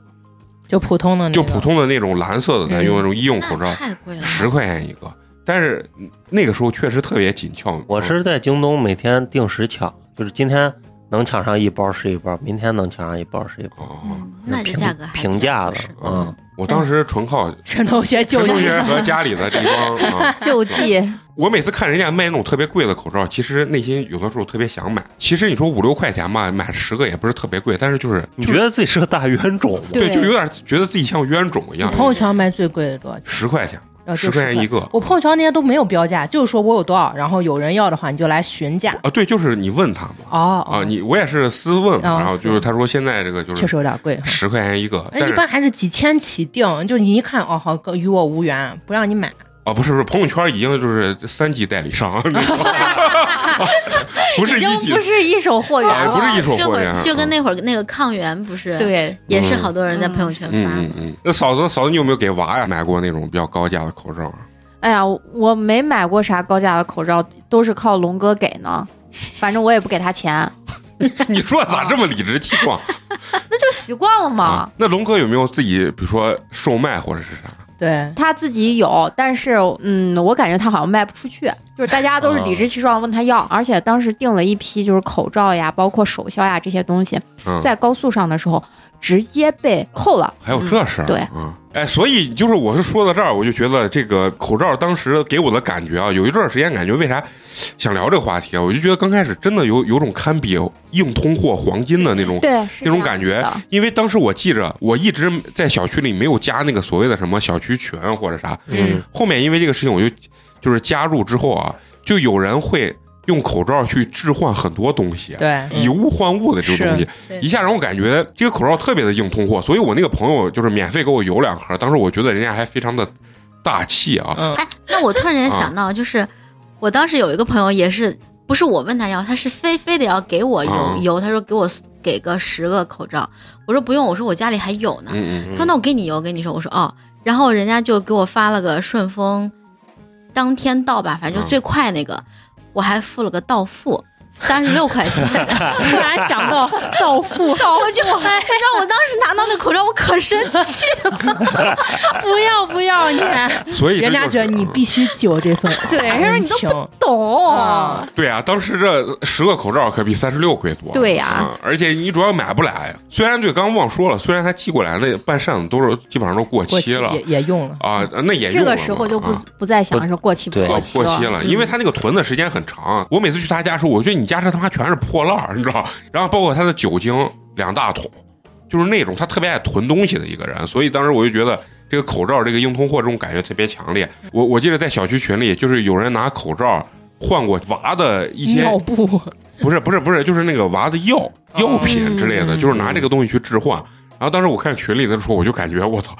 Speaker 2: 就普通的那个，
Speaker 1: 就普通的那种蓝色的咱用的那种医用口罩
Speaker 4: 那，太贵了，
Speaker 1: 十块钱一个。但是那个时候确实特别紧俏，
Speaker 5: 我是在京东每天定时抢，就是今天能抢上一包是一包，明天能抢上一包是一包，
Speaker 1: 哦，
Speaker 4: 嗯，那这
Speaker 5: 平
Speaker 4: 价格还
Speaker 5: 平
Speaker 4: 比较
Speaker 5: 价
Speaker 4: 合
Speaker 5: 的
Speaker 4: 适
Speaker 1: 啊
Speaker 5: 嗯，
Speaker 1: 我当时纯靠
Speaker 2: 陈同学
Speaker 1: 陈
Speaker 2: 嗯就
Speaker 1: 同
Speaker 2: 是
Speaker 1: 学和家里的这帮
Speaker 2: (laughs)
Speaker 1: 啊。
Speaker 3: 救济，
Speaker 1: 我每次看人家卖那种特别贵的口罩，其实内心有的时候特别想买。其实你说五六块钱吧，买十个也不是特别贵，但是就是
Speaker 5: 你觉得自己是个大冤种吗？
Speaker 1: 对，
Speaker 3: 对
Speaker 1: 就有点觉得自己像冤种一样。
Speaker 2: 朋友圈卖最贵的多少钱？
Speaker 1: 十块钱，
Speaker 2: 呃就
Speaker 1: 十块钱一个
Speaker 2: 我朋友圈那些都没有标价，就是说我有多少，然后有人要的话，你就来询价。
Speaker 1: 啊，对，就是你问他嘛
Speaker 2: 哦
Speaker 1: 啊，你我也是私问嘛，
Speaker 2: 哦
Speaker 1: 然后就是
Speaker 2: 是
Speaker 1: 他说现在这个就
Speaker 2: 确
Speaker 1: 是
Speaker 2: 实有点贵。哎
Speaker 1: 十块钱一个，但
Speaker 2: 那一
Speaker 1: 是
Speaker 2: 般还是几千起订，就你一看哦，好跟与我无缘，不让你买。
Speaker 1: 啊不是不是，朋友圈已经就是三级代理商，那种不是一
Speaker 3: 已经
Speaker 1: 级
Speaker 3: 不是一手货源
Speaker 1: 啊
Speaker 3: 了，
Speaker 1: 不是一手
Speaker 4: 就
Speaker 1: 货
Speaker 4: 会
Speaker 1: 源，
Speaker 4: 就跟
Speaker 1: 嗯
Speaker 4: 那会儿那个抗原不是，，
Speaker 3: 对，
Speaker 4: 也是好多人在朋友圈发
Speaker 1: 嗯嗯嗯，那嫂子嫂子，你有没有给娃呀买过那种比较高价的口罩啊？ (laughs)
Speaker 3: 哎呀，我没买过啥高价的口罩，都是靠龙哥给呢。反正我也不给他钱，
Speaker 1: 你说咋这么理直气壮？
Speaker 3: 那就习惯了嘛。
Speaker 1: 啊，那龙哥有没有自己，比如说售卖或者是啥？
Speaker 2: 对，
Speaker 3: 他自己有，但是嗯，我感觉他好像卖不出去，就是大家都是理
Speaker 1: 啊
Speaker 3: 直气壮问他要，而且当时订了一批就是口罩呀，包括手消呀这些东西，
Speaker 1: 嗯，
Speaker 3: 在高速上的时候直接被扣了。
Speaker 1: 还有这事儿、
Speaker 3: 对
Speaker 1: 嗯，哎，所以就是我是说到这儿，我就觉得这个口罩当时给我的感觉啊，有一段时间感觉为啥想聊这个话题啊，我就觉得刚开始真的有有种堪比硬通货黄金的那种。
Speaker 3: 对，是
Speaker 1: 那种
Speaker 3: 这样
Speaker 1: 感觉
Speaker 3: 子的，
Speaker 1: 因为当时我记着，我一直在小区里没有加那个所谓的什么小区群或者啥。
Speaker 5: 嗯，
Speaker 1: 后面因为这个事情，我就就是加入之后啊，就有人会用口罩去置换很多东西。啊
Speaker 2: 对，
Speaker 1: 以物换物的这种东西
Speaker 4: 对，
Speaker 1: 一下让我感觉这个口罩特别的硬通货，所以我那个朋友就是免费给我邮两盒，当时我觉得人家还非常的大气啊，
Speaker 2: 嗯，
Speaker 4: 哎，那我突然间想到，就是我当时有一个朋友也是，不是我问他要，他是非非得要给我邮
Speaker 1: 嗯
Speaker 4: 邮，他说给我给个十个口罩，我说不用，我说我家里还有呢。
Speaker 1: 嗯嗯
Speaker 4: 他说那我给你邮，我给你说，我说哦，然后人家就给我发了个顺丰，当天到吧，反正
Speaker 1: 啊
Speaker 4: 就最快那个，我还付了个到付。三十六块钱， (laughs)
Speaker 2: 突然想到到付，
Speaker 4: 我就让我当时拿到那口罩，我可生气了。
Speaker 2: 不要不要，你看，
Speaker 1: (laughs) 嗯，所以这
Speaker 2: 人
Speaker 1: 就是
Speaker 2: 家觉得你必须有这 (laughs) 份
Speaker 3: 对人家说
Speaker 2: 人
Speaker 3: 你都
Speaker 2: 情，
Speaker 3: 懂、
Speaker 2: 啊
Speaker 1: 对啊，当时这十个口罩可比三十六贵多，
Speaker 3: 对呀
Speaker 1: 嗯而且你主要买不来，虽然对刚忘说了，虽然他寄过来那半扇子都是基本上都过
Speaker 2: 过
Speaker 1: 期了
Speaker 2: 也也用了，
Speaker 1: 啊，那也
Speaker 3: 这
Speaker 1: 用了
Speaker 3: 个
Speaker 1: 嘛
Speaker 3: 时候就不、
Speaker 1: 啊
Speaker 3: 不再想是过期嗯不
Speaker 5: 对
Speaker 1: 啊
Speaker 3: 过
Speaker 1: 过期了，因为他那个囤的时间很长。我每次去他家的时候，我觉得你家这他妈全是破烂儿，你知道？ (laughs) 然后包括他的酒精两大桶，就是那种他特别爱囤东西的一个人，所以当时我就觉得。这个口罩，这个硬通货这种感觉特别强烈。我我记得在小区群里，就是有人拿口罩换过娃的一些，
Speaker 2: 尿布，
Speaker 1: 不是不是不是，就是那个娃的
Speaker 4: 哦
Speaker 1: 药药品之类
Speaker 4: 嗯
Speaker 1: 的，就是拿这个东西去置换。然后当时我看群里的时候，我就感觉我操，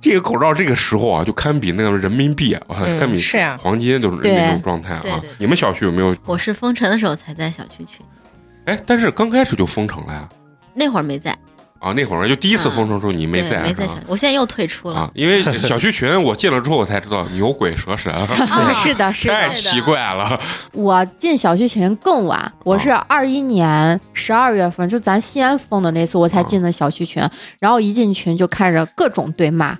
Speaker 1: 这个口罩这个时候啊，就堪比那个人民币，我操，
Speaker 2: 嗯
Speaker 1: 堪比
Speaker 2: 是啊
Speaker 1: 黄金就是
Speaker 3: 对
Speaker 1: 那种状态
Speaker 4: 对
Speaker 1: 啊
Speaker 4: 对对。
Speaker 1: 你们小区有没有？
Speaker 4: 我是封城的时候才在小区群，
Speaker 1: 哎，但是刚开始就封城了呀。
Speaker 4: 那会儿没在，
Speaker 1: 啊，那会儿就第一次封城的时候你没
Speaker 4: 对
Speaker 1: 在
Speaker 4: 没在
Speaker 1: 是
Speaker 4: 小
Speaker 1: 吧
Speaker 4: 区，我现在又退出了
Speaker 1: 啊，。因为小区群我进了之后我才知道牛鬼蛇神，
Speaker 4: (laughs) 啊
Speaker 3: 是的，
Speaker 1: (laughs)
Speaker 3: 是
Speaker 1: 太
Speaker 3: 的，
Speaker 1: 奇怪了。
Speaker 3: 我进小区群更晚，我是
Speaker 5: 哦
Speaker 3: 二一年十二月份，就咱西安封的那次，我才进的小区
Speaker 5: 哦
Speaker 3: 群。然后一进群就看着各种对骂，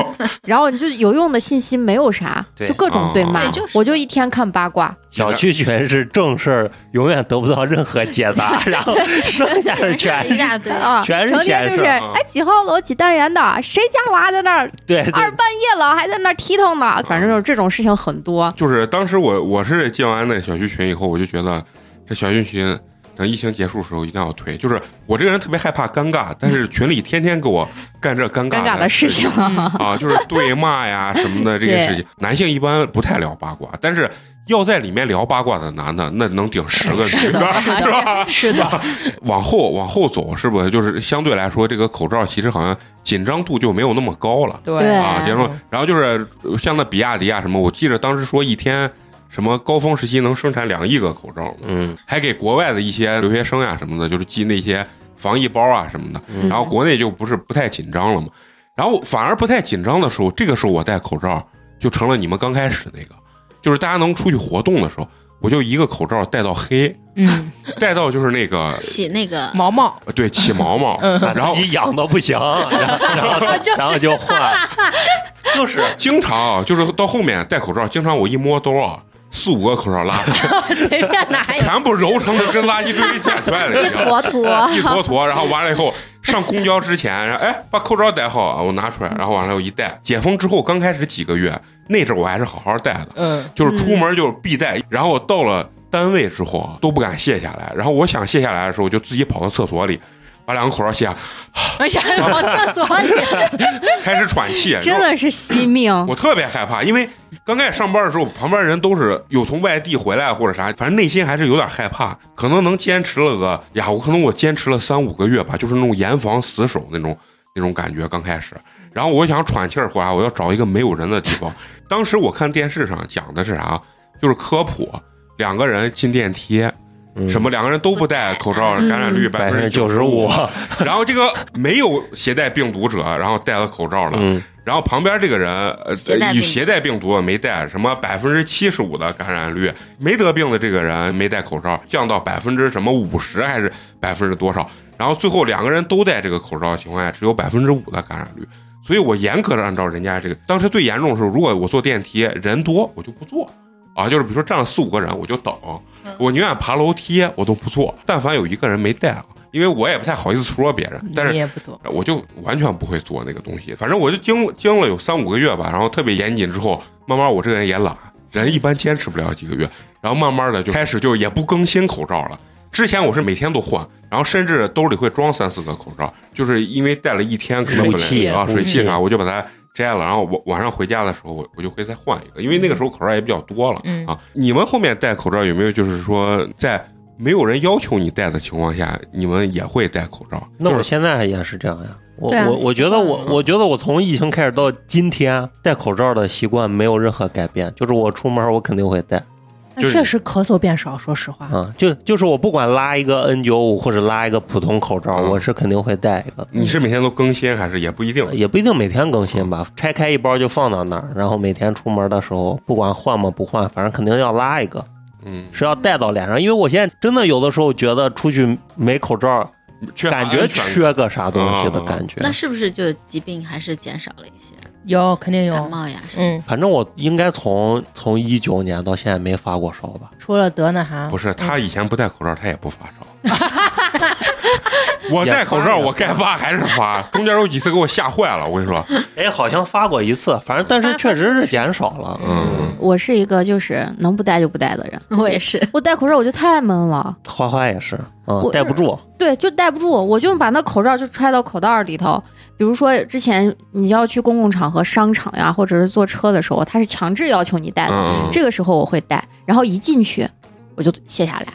Speaker 3: (laughs) 然后你就有用的信息没有啥，
Speaker 5: 哦对
Speaker 3: 就各种对骂
Speaker 1: 哦
Speaker 4: 对就是
Speaker 3: 我就一天看八卦，
Speaker 5: 小区全是正事儿，永远得不到任何解答，
Speaker 1: (laughs)
Speaker 5: 然后剩下的全
Speaker 4: 一大
Speaker 3: (laughs)
Speaker 4: 堆
Speaker 3: 啊，
Speaker 5: 全是
Speaker 3: 成天
Speaker 5: 闲
Speaker 3: 就是
Speaker 5: 事儿嗯
Speaker 1: 啊
Speaker 3: 哎几号楼几单元的，谁家娃在那儿
Speaker 5: 对对嗯
Speaker 3: 二半夜了还在那儿踢腾呢，反正就是这种事情很多。
Speaker 1: 就是当时我我是进完那小区群以后，我就觉得这小区群等疫情结束的时候一定要推。就是我这个人特别害怕尴尬，但是群里天天给我干这尴
Speaker 3: 尴
Speaker 1: 尬
Speaker 3: 尬的
Speaker 1: 事
Speaker 3: 事情啊，
Speaker 1: (laughs) 啊，就是对骂呀什么的这些
Speaker 3: (laughs)
Speaker 1: 事情。男性一般不太聊八卦，但是要在里面聊八卦的男的，那能顶十
Speaker 3: (laughs)
Speaker 1: 个女的， (laughs) 是吧？
Speaker 3: 是的，
Speaker 1: 往后往后走，是不是就是相对来说，这个口罩其实好像紧张度就没有那么高了
Speaker 2: (laughs) 对
Speaker 3: 对
Speaker 1: 啊？
Speaker 3: 哎
Speaker 1: 结束，然后就是呃像那比亚迪啊什么，我记着当时说一天。什么高峰时期能生产两亿个口罩呢？
Speaker 5: 嗯，
Speaker 1: 还给国外的一些留学生呀、什么的，就是寄那些防疫包啊什么的。
Speaker 5: 嗯
Speaker 1: 然后国内就不是不太紧张了嘛。然后反而不太紧张的时候，这个时候我戴口罩就成了你们刚开始那个，就是大家能出去活动的时候，我就一个口罩戴到黑，
Speaker 2: 嗯，
Speaker 1: 戴到就是那个
Speaker 4: 起那个
Speaker 2: 毛毛，
Speaker 1: 对起毛毛，(laughs)
Speaker 2: 嗯
Speaker 1: 啊然后
Speaker 5: 你痒的不行，然后然后然后就换，就是
Speaker 1: 经常啊，就是到后面戴口罩，经常我一摸兜啊，四五个口罩拉出来，
Speaker 2: (laughs) 随便拿一
Speaker 1: (laughs)
Speaker 2: 个。
Speaker 1: 全部揉成的跟垃圾堆里捡出来的
Speaker 3: (laughs) 一
Speaker 1: 样
Speaker 3: 坨
Speaker 1: (laughs)
Speaker 3: 坨，
Speaker 1: 一坨坨，然后完了以后上公交之前，然后哎把口罩戴好啊，我拿出来，然后完了我一戴。解封之后刚开始几个月那阵儿我还是好好戴的，
Speaker 2: (laughs) 嗯，
Speaker 1: 就是出门就是必戴，然后到了单位之后啊都不敢卸下来，然后我想卸下来的时候就自己跑到厕所里。把两个口罩卸，下，
Speaker 2: 哎呀，跑厕所里，
Speaker 1: 开始喘气，
Speaker 3: (laughs) 真的是惜命。
Speaker 1: 我特别害怕，因为刚开始上班的时候，旁边人都是有从外地回来或者啥，反正内心还是有点害怕。可能能坚持了个呀，我可能我坚持了三五个月吧，就是那种严防死守那种那种感觉。刚开始，然后我想喘气儿回来，我要找一个没有人的地方。当时我看电视上讲的是啥，就是科普，两个人进电梯，什么两个人都不戴嗯口罩，感染率嗯百
Speaker 5: 百分
Speaker 1: 分
Speaker 5: 之
Speaker 1: 之
Speaker 5: 九
Speaker 1: 九
Speaker 5: 十
Speaker 1: 十
Speaker 5: 五
Speaker 1: 五。， (laughs) 然后这个没有携带病毒者，然后戴了口罩了。
Speaker 5: 嗯，
Speaker 1: 然后旁边这个人呃
Speaker 4: 携带病
Speaker 1: 有
Speaker 4: 毒
Speaker 1: 携带病毒没戴，什么百分之七十五的感染率，没得病的这个人没戴口罩，降到百分之什么五十还是百分之多少？然后最后两个人都戴这个口罩的情况下，只有百分之五的感染率。所以我严格的按照人家这个，当时最严重的时候，如果我坐电梯人多，我就不坐。啊，就是比如说站了四五个人，我就等，我宁愿爬楼梯，我都不坐。但凡有一个人没戴啊，因为我也不太好意思说别人，但是
Speaker 2: 你也不做，
Speaker 1: 我就完全不会做那个东西。反正我就经经了有三五个月吧，然后特别严谨之后，慢慢我这个人也懒，人一般坚持不了几个月，然后慢慢的就开始就也不更新口罩了。之前我是每天都换，然后甚至兜里会装三四个口罩，就是因为戴了一天可能
Speaker 5: 水汽
Speaker 1: 本来啊
Speaker 5: 嗯
Speaker 1: 水汽啥，我就把它摘了，然后晚晚上回家的时候我我就会再换一个，因为那个时候口罩也比较多了、
Speaker 2: 嗯
Speaker 1: 啊。你们后面戴口罩有没有就是说在没有人要求你戴的情况下，你们也会戴口罩？
Speaker 5: 那
Speaker 1: 就是
Speaker 5: 我现在也是这样呀。我
Speaker 2: 对啊
Speaker 5: 我我觉得我我觉得我从疫情开始到今天戴口罩的习惯没有任何改变，就是我出门我肯定会戴
Speaker 1: 就是嗯
Speaker 2: 但确实咳嗽变少，说实话，
Speaker 5: 啊，就就是我不管拉一个 N 九五或者拉一个普通口罩，
Speaker 1: 嗯
Speaker 5: 我是肯定会戴一个的。
Speaker 1: 你是每天都更新还是也不一定？
Speaker 5: 也不一定每天更新吧，拆开一包就放到那儿，然后每天出门的时候，不管换吗不换，反正肯定要拉一个，
Speaker 1: 嗯，
Speaker 5: 是要戴到脸上。因为我现在真的有的时候觉得出去没口罩，
Speaker 1: 缺
Speaker 5: 感嗯觉
Speaker 1: 安全感
Speaker 5: 缺个啥东西的感觉。
Speaker 4: 那是不是就疾病还是减少了一些？
Speaker 2: 有肯定
Speaker 4: 感
Speaker 2: 有，
Speaker 4: 冒呀
Speaker 2: (laughs)
Speaker 4: 什么？
Speaker 2: 嗯，
Speaker 5: 反正我应该从从一九年到现在没发过烧吧。
Speaker 2: 除了得那嗯啥，
Speaker 1: 不是
Speaker 5: 嗯
Speaker 1: 他以前不戴口罩，他也不发烧。
Speaker 5: (laughs)
Speaker 1: 我戴口
Speaker 5: 也发
Speaker 1: 罩，
Speaker 5: 呀
Speaker 1: 我该发还是发，中间有几次给我吓坏了。我跟你
Speaker 5: (laughs)
Speaker 1: 说，
Speaker 5: 哎，好像发过一次，反正但是确实是减少了。
Speaker 1: 嗯，
Speaker 3: 我是一个就是能不戴就不戴的人，
Speaker 4: 我也是，
Speaker 3: 我戴口罩我就太闷了，
Speaker 5: 花花也是，嗯，
Speaker 3: 我
Speaker 5: 戴不住。
Speaker 3: 对，就戴不住，我就把那口罩就揣到口袋里头。比如说之前你要去公共场合、商场呀，或者是坐车的时候，他是强制要求你戴的，
Speaker 1: 嗯
Speaker 3: 这个时候我会戴，然后一进去我就卸下来，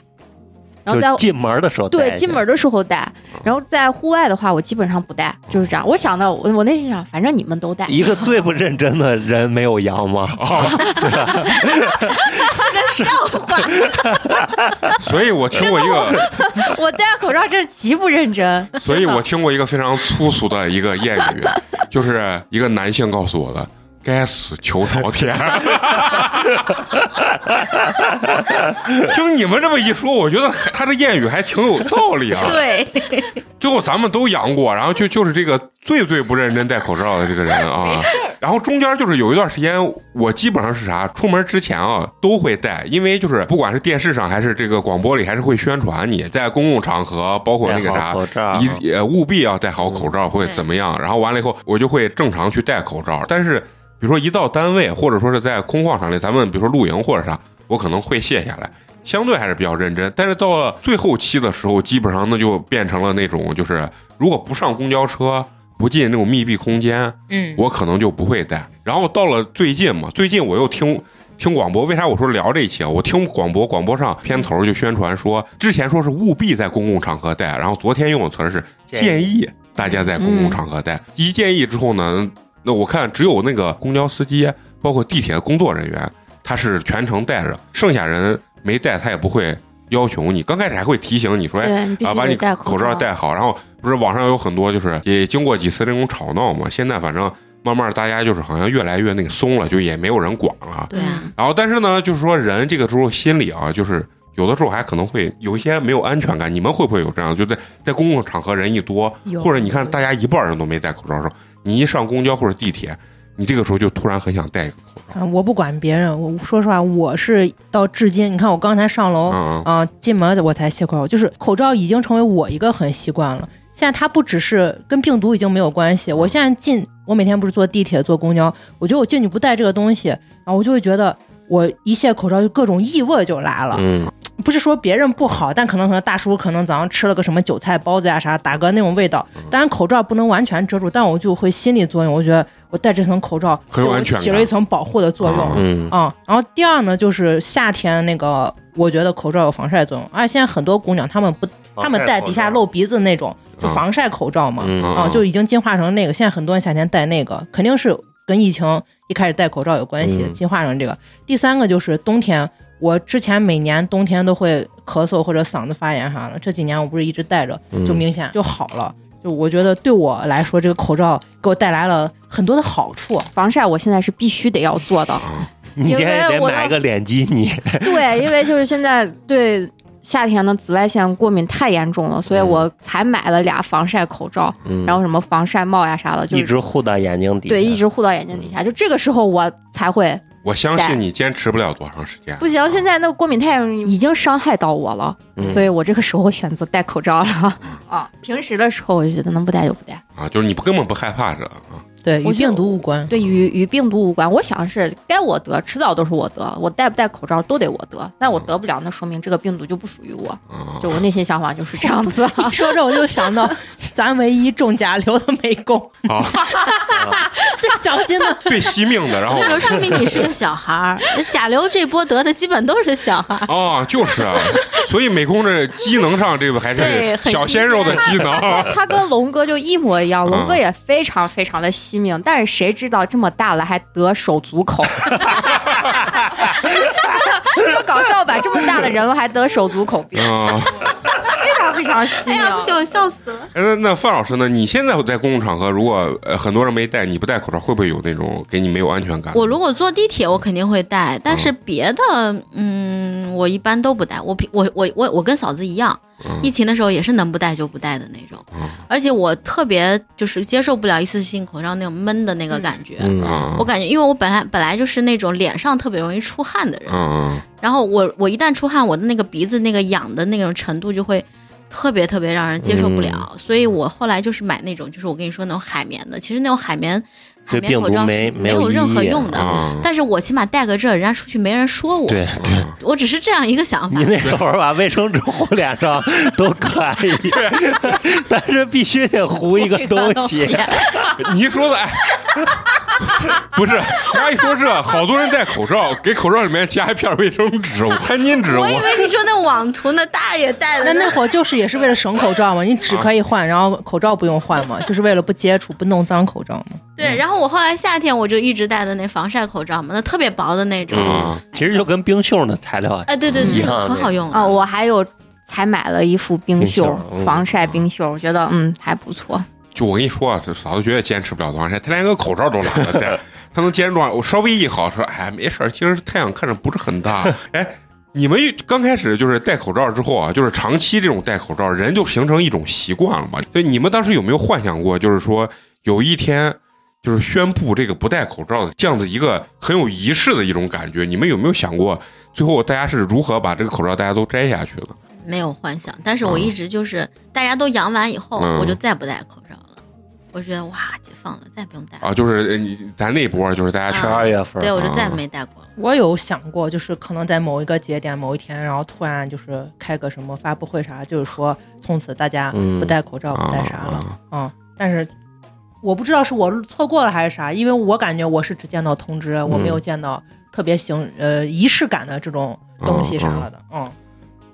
Speaker 3: 然后
Speaker 5: 就
Speaker 3: 在
Speaker 5: 是进门的时候戴一
Speaker 3: 对
Speaker 5: 下，
Speaker 3: 进门的时候戴，然后在户外的话我基本上不戴，就是这样。我想到我我内心想，反正你们都戴，
Speaker 5: 一个最不认真的人没有阳 (laughs) 吗？
Speaker 1: 所以我听过一个，
Speaker 3: 我戴口罩真是极不认真。
Speaker 1: 所以我听过一个非常粗俗的一个谚语，就是一个男性告诉我的：“该死，求朝天。” (laughs) 听你们这么一说，我觉得还他这谚语还挺有道理
Speaker 5: (laughs)
Speaker 1: 啊。
Speaker 4: (laughs) 对，
Speaker 1: 最后咱们都阳过，然后就就是这个最最不认真戴口罩的这个人啊。然后中间就是有一段时间，我基本上是啥，出门之前啊都会戴，因为就是不管是电视上还是这个广播里，还是会宣传你在公共场合，包括那个
Speaker 5: 戴
Speaker 1: 啥
Speaker 5: 哎哦好口罩，
Speaker 1: 一呃务必要戴好口罩或者怎么样。然后完了以后，我就会正常去戴口罩，但是。比如说一到单位，或者说是在空旷场里，咱们比如说露营或者啥，我可能会卸下来。相对还是比较认真。但是到了最后期的时候，基本上那就变成了那种，就是如果不上公交车，不进那种密闭空间，
Speaker 2: 嗯，
Speaker 1: 我可能就不会带。然后到了最近嘛，最近我又听听广播，为啥我说聊这一期啊？我听广播，广播上片头就宣传说，之前说是务必在公共场合戴，然后昨天用的词儿是建
Speaker 5: 建
Speaker 1: 议大家在公共场合戴。一建议之后呢，那我看只有那个公交司机，包括地铁工作人员，他是全程戴着，剩下人没戴他也不会要求你，刚开始还会提醒你说，哎，
Speaker 3: 对你必
Speaker 1: 啊，
Speaker 3: 须
Speaker 1: 把
Speaker 3: 得
Speaker 1: 你
Speaker 3: 戴
Speaker 1: 口
Speaker 3: 罩
Speaker 1: 罩。戴好。然后不是网上有很多就是也经过几次这种吵闹嘛，现在反正慢慢大家就是好像越来越那个松了，就也没有人管了。
Speaker 4: 对啊，
Speaker 1: 然后但是呢，就是说人这个时候心里啊，就是有的时候还可能会有一些没有安全感。你们会不会有这样？就在在公共场合人一多，
Speaker 2: 有
Speaker 1: 或者你看大家一半人都没戴口罩的时候，你一上公交或者地铁，你这个时候就突然很想戴一个口罩。
Speaker 2: 啊，我不管别人，我说实话，我是到至今，你看我刚才上
Speaker 3: 哦
Speaker 2: 楼啊、
Speaker 1: 嗯嗯，
Speaker 2: 进门我才卸口罩，就是口罩已经成为我一个很习惯了。现在它不只是跟病毒已经没有关系，我现在进，我每天不是坐地铁、坐公交，我觉得我进去不带这个东西，然后我就会觉得我一卸口罩就各种异味就来了。
Speaker 5: 嗯，
Speaker 2: 不是说别人不好，但可能可能大叔可能早上吃了个什么韭菜包子呀、啥，打嗝那种味道。
Speaker 1: 嗯
Speaker 2: 当然口罩不能完全遮住，但我就会心理作用，我觉得我戴这层口罩
Speaker 1: 很有安全感
Speaker 2: 起了一层保护的作用。
Speaker 1: 嗯
Speaker 5: 嗯，
Speaker 2: 啊、然后第二呢，就是夏天那个，我觉得口罩有防晒作用，而、现在很多姑娘她们不，她们戴底下露鼻子那种，就
Speaker 1: 嗯
Speaker 2: 防晒口罩嘛，
Speaker 5: 嗯
Speaker 3: 哦
Speaker 2: 啊、
Speaker 1: 嗯
Speaker 2: 就已经进化成那个。现在很多人夏天戴那个，肯定是跟疫情一开始戴口罩有关系，
Speaker 5: 嗯
Speaker 2: 进化成这个。第三个就是冬天，我之前每年冬天都会咳嗽或者嗓子发炎啥的，这几年我不是一直戴着，
Speaker 5: 嗯
Speaker 2: 就明显就好了。就我觉得对我来说，这个口罩给我带来了很多的好处。
Speaker 3: 防晒我现在是必须得要做的，
Speaker 5: 啊
Speaker 3: (laughs)
Speaker 5: 你现在得买一个脸基尼，
Speaker 3: 对，因为就是现在对夏天的紫外线过敏太严重了，所以我才买了俩防晒口罩，
Speaker 5: 嗯
Speaker 3: 然后什么防晒帽呀啥的，就
Speaker 5: 一
Speaker 3: 是
Speaker 5: 直嗯护到眼睛底下，
Speaker 3: 对一直护到眼睛底下，就这个时候我才会
Speaker 1: 我相
Speaker 3: 戴
Speaker 1: 信你坚持不了多长时间。啊
Speaker 3: 不行。现在那个过敏太严重已经伤害到我了，
Speaker 5: 嗯
Speaker 3: 所以我这个时候我选择戴口罩了 (laughs) 啊。平时的时候我就觉得能不戴就不戴，
Speaker 1: 啊，就是你不根本不害怕这个啊。
Speaker 2: 对，
Speaker 3: 我
Speaker 2: 与
Speaker 3: 觉得
Speaker 2: 病毒无关。
Speaker 3: 对与与病毒无关。我想是该我得，迟早都是我得，我戴不戴口罩都得我得。那我得不了，那说明这个病毒就不属于我。
Speaker 1: 啊
Speaker 3: 就我内心想法就是这样子。
Speaker 2: 一 (laughs) 说这我就想到咱唯一中甲流的美工，
Speaker 1: 啊，
Speaker 2: 最小心的
Speaker 1: 最惜命的，然后
Speaker 4: 那就说明你是个小孩儿。甲流这波得的基本都是小孩儿。
Speaker 1: 哦，就是啊，所以美工这机能上这个还
Speaker 4: 对
Speaker 1: 是
Speaker 4: 很
Speaker 1: 小鲜肉的机
Speaker 4: (laughs)
Speaker 1: 能。
Speaker 3: 他跟龙哥就一模一样，龙哥也非常非常的惜命，但是谁知道这么大了还得手足口， (laughs) 说搞笑吧，这么大的人了还得手足口病，
Speaker 1: 嗯，
Speaker 3: 非常非常惜命。
Speaker 4: 哎呀，不行，我笑死了。
Speaker 1: 哎那那范老师呢？你现在在公共场合，如果呃很多人没戴，你不戴口罩，会不会有那种给你没有安全感？
Speaker 4: 我如果坐地铁，我肯定会带，但是别的，嗯，我一般都不带。我平我我我我跟嫂子一样，
Speaker 1: 嗯
Speaker 4: 疫情的时候也是能不带就不带的那种
Speaker 1: 嗯，
Speaker 4: 而且我特别就是接受不了一次性口罩那种闷的那个感觉。
Speaker 5: 嗯
Speaker 1: 啊，
Speaker 4: 我感觉，因为我本来本来就是那种脸上特别容易出汗的人，
Speaker 1: 嗯
Speaker 4: 然后我我一旦出汗，我的那个鼻子那个痒的那种程度就会特别特别让人接受不了，
Speaker 5: 嗯
Speaker 4: 所以我后来就是买那种，就是我跟你说那种海绵的，其实那种海绵海
Speaker 5: 对
Speaker 4: 绵口
Speaker 5: 病毒
Speaker 4: 罩
Speaker 5: 没
Speaker 4: 是
Speaker 5: 没有
Speaker 4: 有任何
Speaker 5: 意义
Speaker 4: 用的，
Speaker 1: 啊
Speaker 4: 但是我起码戴个这，人家出去没人说我，
Speaker 5: 对对。
Speaker 4: 我只是这样一个想
Speaker 5: (laughs)
Speaker 4: 法 (laughs)
Speaker 5: 你。那会儿把卫生纸糊脸上都可以， (laughs) 但是必须得糊一个东西。
Speaker 1: 你一说的，哎， (laughs) 不是，他一说这，好多人戴口罩，给口罩里面加一片卫生纸、餐巾纸，我
Speaker 4: 我以为你说那网图那大爷戴
Speaker 2: 那
Speaker 4: 的，
Speaker 2: 那会儿就是也是为了省口罩嘛，你纸可以换，然后口罩不用换嘛，就是为了不接触、不弄脏口罩嘛。
Speaker 4: 对，然后我后来夏天我就一直戴的那防晒口罩嘛，那特别薄的那种，
Speaker 1: 啊，
Speaker 5: 其实就跟冰袖那材料
Speaker 4: 哎，对对
Speaker 5: 嗯一
Speaker 4: 对，
Speaker 5: 样的
Speaker 4: 很好用
Speaker 3: 啊，我还有才买了一副冰袖
Speaker 5: 冰袖嗯
Speaker 3: 防晒冰袖，我觉得嗯还不错。
Speaker 1: 就我跟你说啊，这嫂子绝对坚持不了多长时间，她连个口罩都懒得戴，她能坚持多少？我稍微一好说，哎，没事儿，今儿太阳看着不是很大。哎，你们刚开始就是戴口罩之后啊，就是长期这种戴口罩，人就形成一种习惯了嘛。所以你们当时有没有幻想过，就是说有一天？就是宣布这个不戴口罩的这样子一个很有仪式的一种感觉，你们有没有想过，最后大家是如何把这个口罩大家都摘下去的？
Speaker 4: 没有幻想，但是我一直就是大家都阳完以后，
Speaker 1: 嗯
Speaker 4: 我就再不戴口罩了。我觉得哇，解放了，再也不用戴了。
Speaker 1: 啊，就是呃你咱那一波，就是大家
Speaker 5: 十
Speaker 1: 全
Speaker 5: 二月份，
Speaker 4: 对，我就再也
Speaker 1: 啊
Speaker 4: 没戴过了。
Speaker 2: 我有想过，就是可能在某一个节点、某一天，然后突然就是开个什么发布会啥，就是说从此大家
Speaker 5: 嗯
Speaker 2: 不戴口
Speaker 1: 啊
Speaker 2: 罩、不戴啥了，嗯。但是我不知道是我错过了还是啥，因为我感觉我是只见到通知，我没有见到特别形呃仪式感的这种东西啥了的，嗯，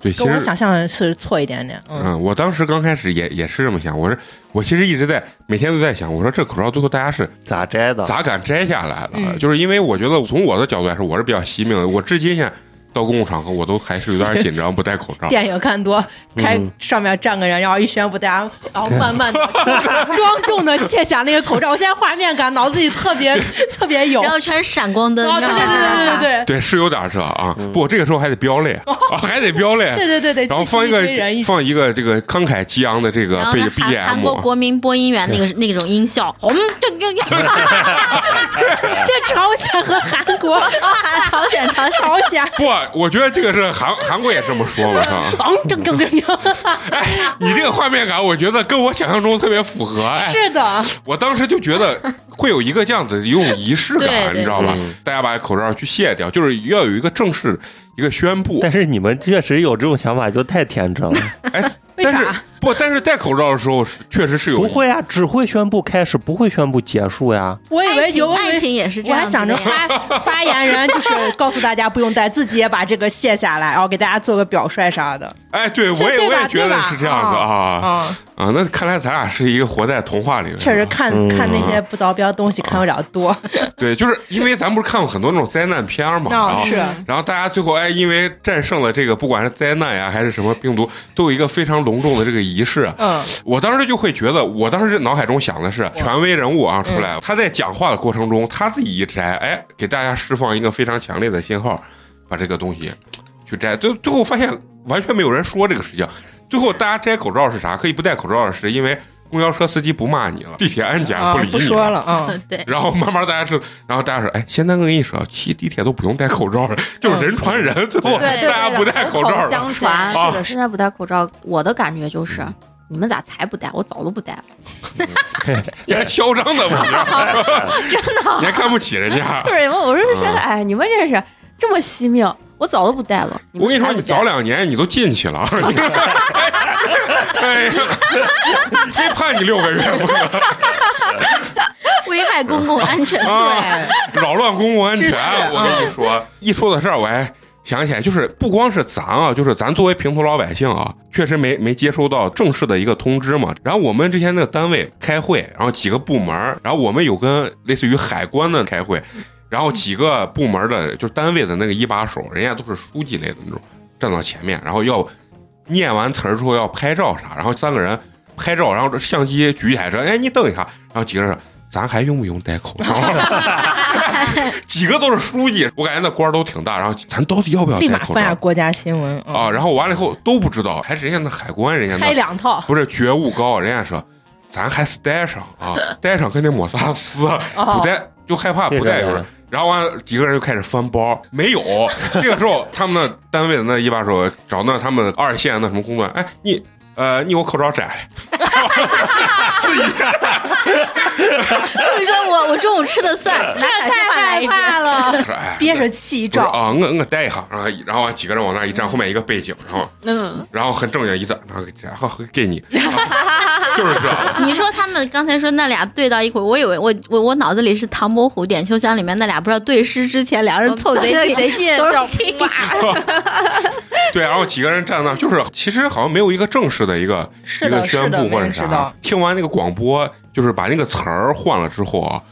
Speaker 1: 对，其
Speaker 2: 跟我
Speaker 1: 实
Speaker 2: 想象的是错一点点，嗯，
Speaker 1: 嗯，我当时刚开始也也是这么想，我是我其实一直在每天都在想，我说这口罩最后大家是
Speaker 5: 咋摘的？
Speaker 1: 咋敢摘下来的？啊
Speaker 2: 嗯
Speaker 1: 就是因为我觉得从我的角度来说，我是比较惜命的，我至今现在到公共场合我都还是有点紧张，不戴口罩。
Speaker 2: 电影看多，开
Speaker 5: 嗯
Speaker 2: 上面站个人，然后一宣布大家，然后慢慢的庄重的卸下那个口罩。我现在画面感脑子里特别特别有，
Speaker 4: 然后全是闪光灯，
Speaker 2: 哦，
Speaker 4: 你知
Speaker 2: 对对
Speaker 4: 道吗
Speaker 2: 对对对
Speaker 1: 对，是有点这啊，不，我这个时候还得飙泪，啊还得飙泪。
Speaker 2: 对对对对对，
Speaker 1: 然后
Speaker 2: 聚集
Speaker 1: 放一个
Speaker 2: 堆人一起，
Speaker 1: 放一个这个慷慨激昂的这个
Speaker 4: 然后
Speaker 1: 背
Speaker 4: 那韩韩国
Speaker 1: BGM，
Speaker 4: 国民播音员
Speaker 1: (laughs)
Speaker 4: 那个那种音效，红这个
Speaker 2: 这朝鲜和韩国
Speaker 4: 朝鲜朝鲜，
Speaker 2: 朝鲜。
Speaker 1: 不，我觉得这个是韩韩国也这么说嘛，是吧？哎
Speaker 2: 昂，正正正正，
Speaker 1: 你这个画面感，我觉得跟我想象中特别符合。哎，
Speaker 2: 是的，
Speaker 1: 我当时就觉
Speaker 2: (laughs)
Speaker 1: 得会有一个这样子有一种仪式
Speaker 4: 对
Speaker 1: 感，
Speaker 4: 对
Speaker 1: 你知道吧
Speaker 5: 嗯？
Speaker 1: 大家把口罩去卸掉，就是要有一个正式一个宣布。
Speaker 5: 但是你们确实有这种想法，就太天真了。
Speaker 2: (laughs) 为
Speaker 1: 哎但是
Speaker 2: 啥？
Speaker 1: 不，但是戴口罩的时候是确实是有
Speaker 5: 不会啊，只会宣布开始，不会宣布结束呀。
Speaker 2: 我以
Speaker 4: 爱
Speaker 2: 为
Speaker 4: 情
Speaker 2: 有，我以
Speaker 4: 爱
Speaker 2: 为
Speaker 4: 情也是这
Speaker 2: 我
Speaker 4: 样
Speaker 2: 还
Speaker 4: 子的呀，
Speaker 2: 想着发发言人就是告诉大家不用戴，自己也把这个卸下来，然后给大家做个表率啥的
Speaker 1: 哎，对我
Speaker 2: 这
Speaker 1: 也
Speaker 2: 对
Speaker 1: 我
Speaker 2: 吧
Speaker 1: 也觉得是这样子
Speaker 2: 对吧
Speaker 1: 啊
Speaker 2: 啊。
Speaker 1: 啊！那看来咱俩是一个活在童话里的，
Speaker 2: 确
Speaker 1: 是
Speaker 2: 实
Speaker 1: 吧
Speaker 2: 看
Speaker 5: 嗯啊
Speaker 2: 看那些不着边的东西看有点多，
Speaker 1: 对，就是因为咱不是看过很多那种灾难片儿嘛，然
Speaker 2: 那
Speaker 1: 后
Speaker 2: 哦是
Speaker 1: 然后大家最后哎，因为战胜了这个，不管是灾难呀还是什么病毒，都有一个非常隆重的这个仪式。
Speaker 2: 嗯，
Speaker 1: 我当时就会觉得，我当时脑海中想的是权威人物
Speaker 2: 嗯
Speaker 1: 啊出来，他在讲话的过程中，他自己一摘，哎，给大家释放一个非常强烈的信号，把这个东西去摘。最最后发现完全没有人说这个事情。最后大家摘口罩是啥？可以不戴口罩的是因为公交车司机不骂你了，地铁安检
Speaker 2: 啊
Speaker 1: 不理你
Speaker 2: 不说了啊，
Speaker 4: 对，
Speaker 1: 然后慢慢大家知道，然后大家说，哎，现在我跟你说，骑地铁都不用戴口罩了，就是人传人，最后
Speaker 3: (laughs) 对对
Speaker 1: 大家不
Speaker 3: 对，
Speaker 1: 戴口
Speaker 3: 口
Speaker 1: 罩
Speaker 3: 口
Speaker 1: 了。
Speaker 3: 相传
Speaker 1: 对啊
Speaker 3: 是的，现在不戴口罩，我的感觉就是，你们咋才不戴？我早都不戴了， (laughs)
Speaker 1: 你还嚣张的不是？
Speaker 3: (laughs) 真的
Speaker 1: 你。还看不起人
Speaker 3: (laughs)
Speaker 1: 家
Speaker 3: 不？是你们，我是觉得，
Speaker 1: 嗯
Speaker 3: 哎，你们这是这么惜命，我早都不戴了。
Speaker 1: 我跟你说，你早
Speaker 3: 俩
Speaker 1: 两年你都进去了， (laughs) 你哎呀， (laughs) 非判你六个月不可，
Speaker 4: 危害公共安全罪，
Speaker 1: 啊
Speaker 2: (laughs)
Speaker 1: 扰乱公共安全
Speaker 2: 是嗯是。
Speaker 1: 我跟你说，一说到这儿，我还想起来，就是不光是咱啊，就是咱作为平头老百姓啊，确实没没接收到正式的一个通知嘛。然后我们之前那个单位开会，然后几个部门儿，然后我们有跟类似于海关的开会，然后几个部门的就是单位的那个一把手，人家都是书记类的那种，站到前面，然后要念完词儿之后要拍照啥，然后三个人拍照，然后这相机举起来说：“哎，你等一下。”然后几个人说：“咱还用不用戴口罩？” (laughs) 几个都是书记，我感觉那官儿都挺大。然后咱到底要不要
Speaker 2: 立
Speaker 1: 戴
Speaker 2: 马
Speaker 1: 口
Speaker 2: 翻下
Speaker 1: 罩
Speaker 2: 国家新闻嗯
Speaker 5: 哦
Speaker 1: 啊？，然后完了以后都不知道，还是人家那海关人家
Speaker 2: 开
Speaker 1: 那
Speaker 2: 两 (laughs) 套，
Speaker 1: 不是觉悟高，人家说咱还是戴上啊，戴上跟那抹萨丝，不戴就害怕不戴
Speaker 5: 这
Speaker 1: 有
Speaker 5: 个
Speaker 1: 人。然后完了几个人就开始翻包，没有。这个时候他们那单位的那一把手找那他们二线那什么工作人员，哎你。呃，你给我口罩摘了，
Speaker 4: 就是说我我中午吃
Speaker 5: (laughs)
Speaker 4: 的蒜，拿陕西话来一遍，
Speaker 2: 怕了，
Speaker 1: 说哎，
Speaker 2: 憋着气一
Speaker 1: 不是
Speaker 2: 照，
Speaker 1: 啊，我我戴一下，然后然后完几个人往那一站，后面一个背景，然后
Speaker 3: (laughs) 嗯，
Speaker 1: 然后很正经一站，然后给摘，好给你，啊就是这样。
Speaker 4: 你说他们刚才说那俩对到一块儿，我以为我我我脑子里是唐伯虎点秋香里面那俩不知道对诗之前俩人凑
Speaker 2: 哦
Speaker 3: 对
Speaker 4: 贼近，
Speaker 3: 贼近，
Speaker 1: (laughs)
Speaker 4: 都是
Speaker 3: 亲
Speaker 4: 亲
Speaker 1: 对，然后几个人站那儿，就是其实好像没有一个正式的一个
Speaker 2: 是
Speaker 1: 一
Speaker 2: 的
Speaker 1: 个宣
Speaker 2: 是
Speaker 1: 布
Speaker 2: 的
Speaker 1: 或
Speaker 2: 没
Speaker 1: 者
Speaker 2: 人知道
Speaker 1: 啥。听完那个广播，就是把那个词儿换了之后啊，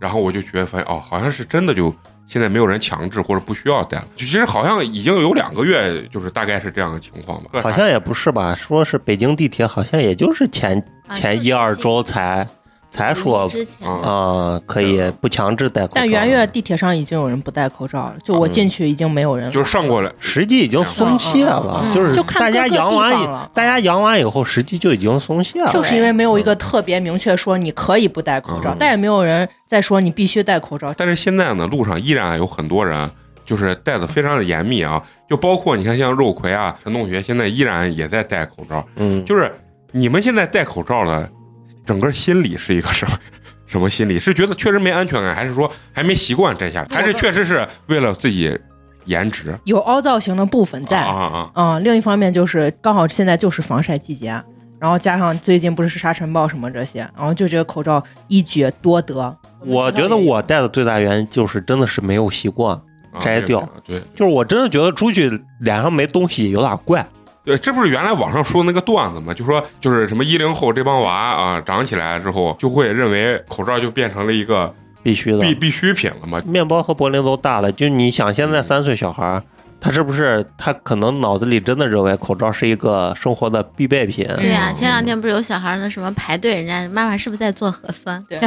Speaker 1: 然后我就觉得发现哦，好像是真的就现在没有人强制或者不需要戴了。就其实好像已经有两个月，就是大概是这样的情况吧。
Speaker 5: 好像也不是吧？说是北京地铁，好像也就是前
Speaker 4: 啊
Speaker 5: 前一二周才才说
Speaker 4: 之前
Speaker 1: 啊
Speaker 5: 啊，可以不强制戴口罩。
Speaker 2: 但元月地铁上已经有人不戴口罩了，就我进去已经没有人了，嗯
Speaker 1: 就是上过来，
Speaker 5: 实际已经嗯松懈了
Speaker 3: 嗯嗯，嗯
Speaker 5: 就是
Speaker 2: 就看
Speaker 5: 大家
Speaker 2: 各个
Speaker 5: 阳
Speaker 2: 地
Speaker 5: 完
Speaker 2: 方
Speaker 5: 以
Speaker 2: 了，嗯
Speaker 5: 大家嗯阳完以后，实际就已经松懈了。
Speaker 2: 就是因为没有一个特别明确说你可以不戴口罩
Speaker 1: 嗯，
Speaker 2: 但也没有人再说你必须戴口罩。
Speaker 1: 但是现在呢，路上依然有很多人。就是戴的非常的严密啊，就包括你看像肉葵啊、陈同学，现在依然也在戴口罩，
Speaker 5: 嗯，
Speaker 1: 就是你们现在戴口罩的整个心理是一个什么什么心理？是觉得确实没安全感，还是说还没习惯摘下来，还是确实是为了自己颜值？
Speaker 2: 有凹造型的部分在
Speaker 5: 哦
Speaker 1: 啊。啊啊！
Speaker 2: 嗯，另一方面就是刚好现在就是防晒季节，然后加上最近不是沙尘暴什么这些，然后就这个口罩一举多得。
Speaker 5: 我觉得我戴的最大原因就是真的是没有习惯，
Speaker 1: 啊
Speaker 5: 摘掉，
Speaker 1: 对对
Speaker 5: 就是我真的觉得出去脸上没东西有点怪。
Speaker 1: 对，这不是原来网上说的那个段子吗？就说就是什么一零后这帮娃啊，长起来之后就会认为口罩就变成了一个
Speaker 5: 必须的，
Speaker 1: 必必需品了嘛。
Speaker 5: 面包和柏林都大了，就你想现在三岁小孩儿，他是不是他可能脑子里真的认为口罩是一个生活的必备品？
Speaker 4: 对呀、
Speaker 1: 嗯
Speaker 4: 前两天不是有小孩那什么排队，人家妈妈是不是在做核酸？对，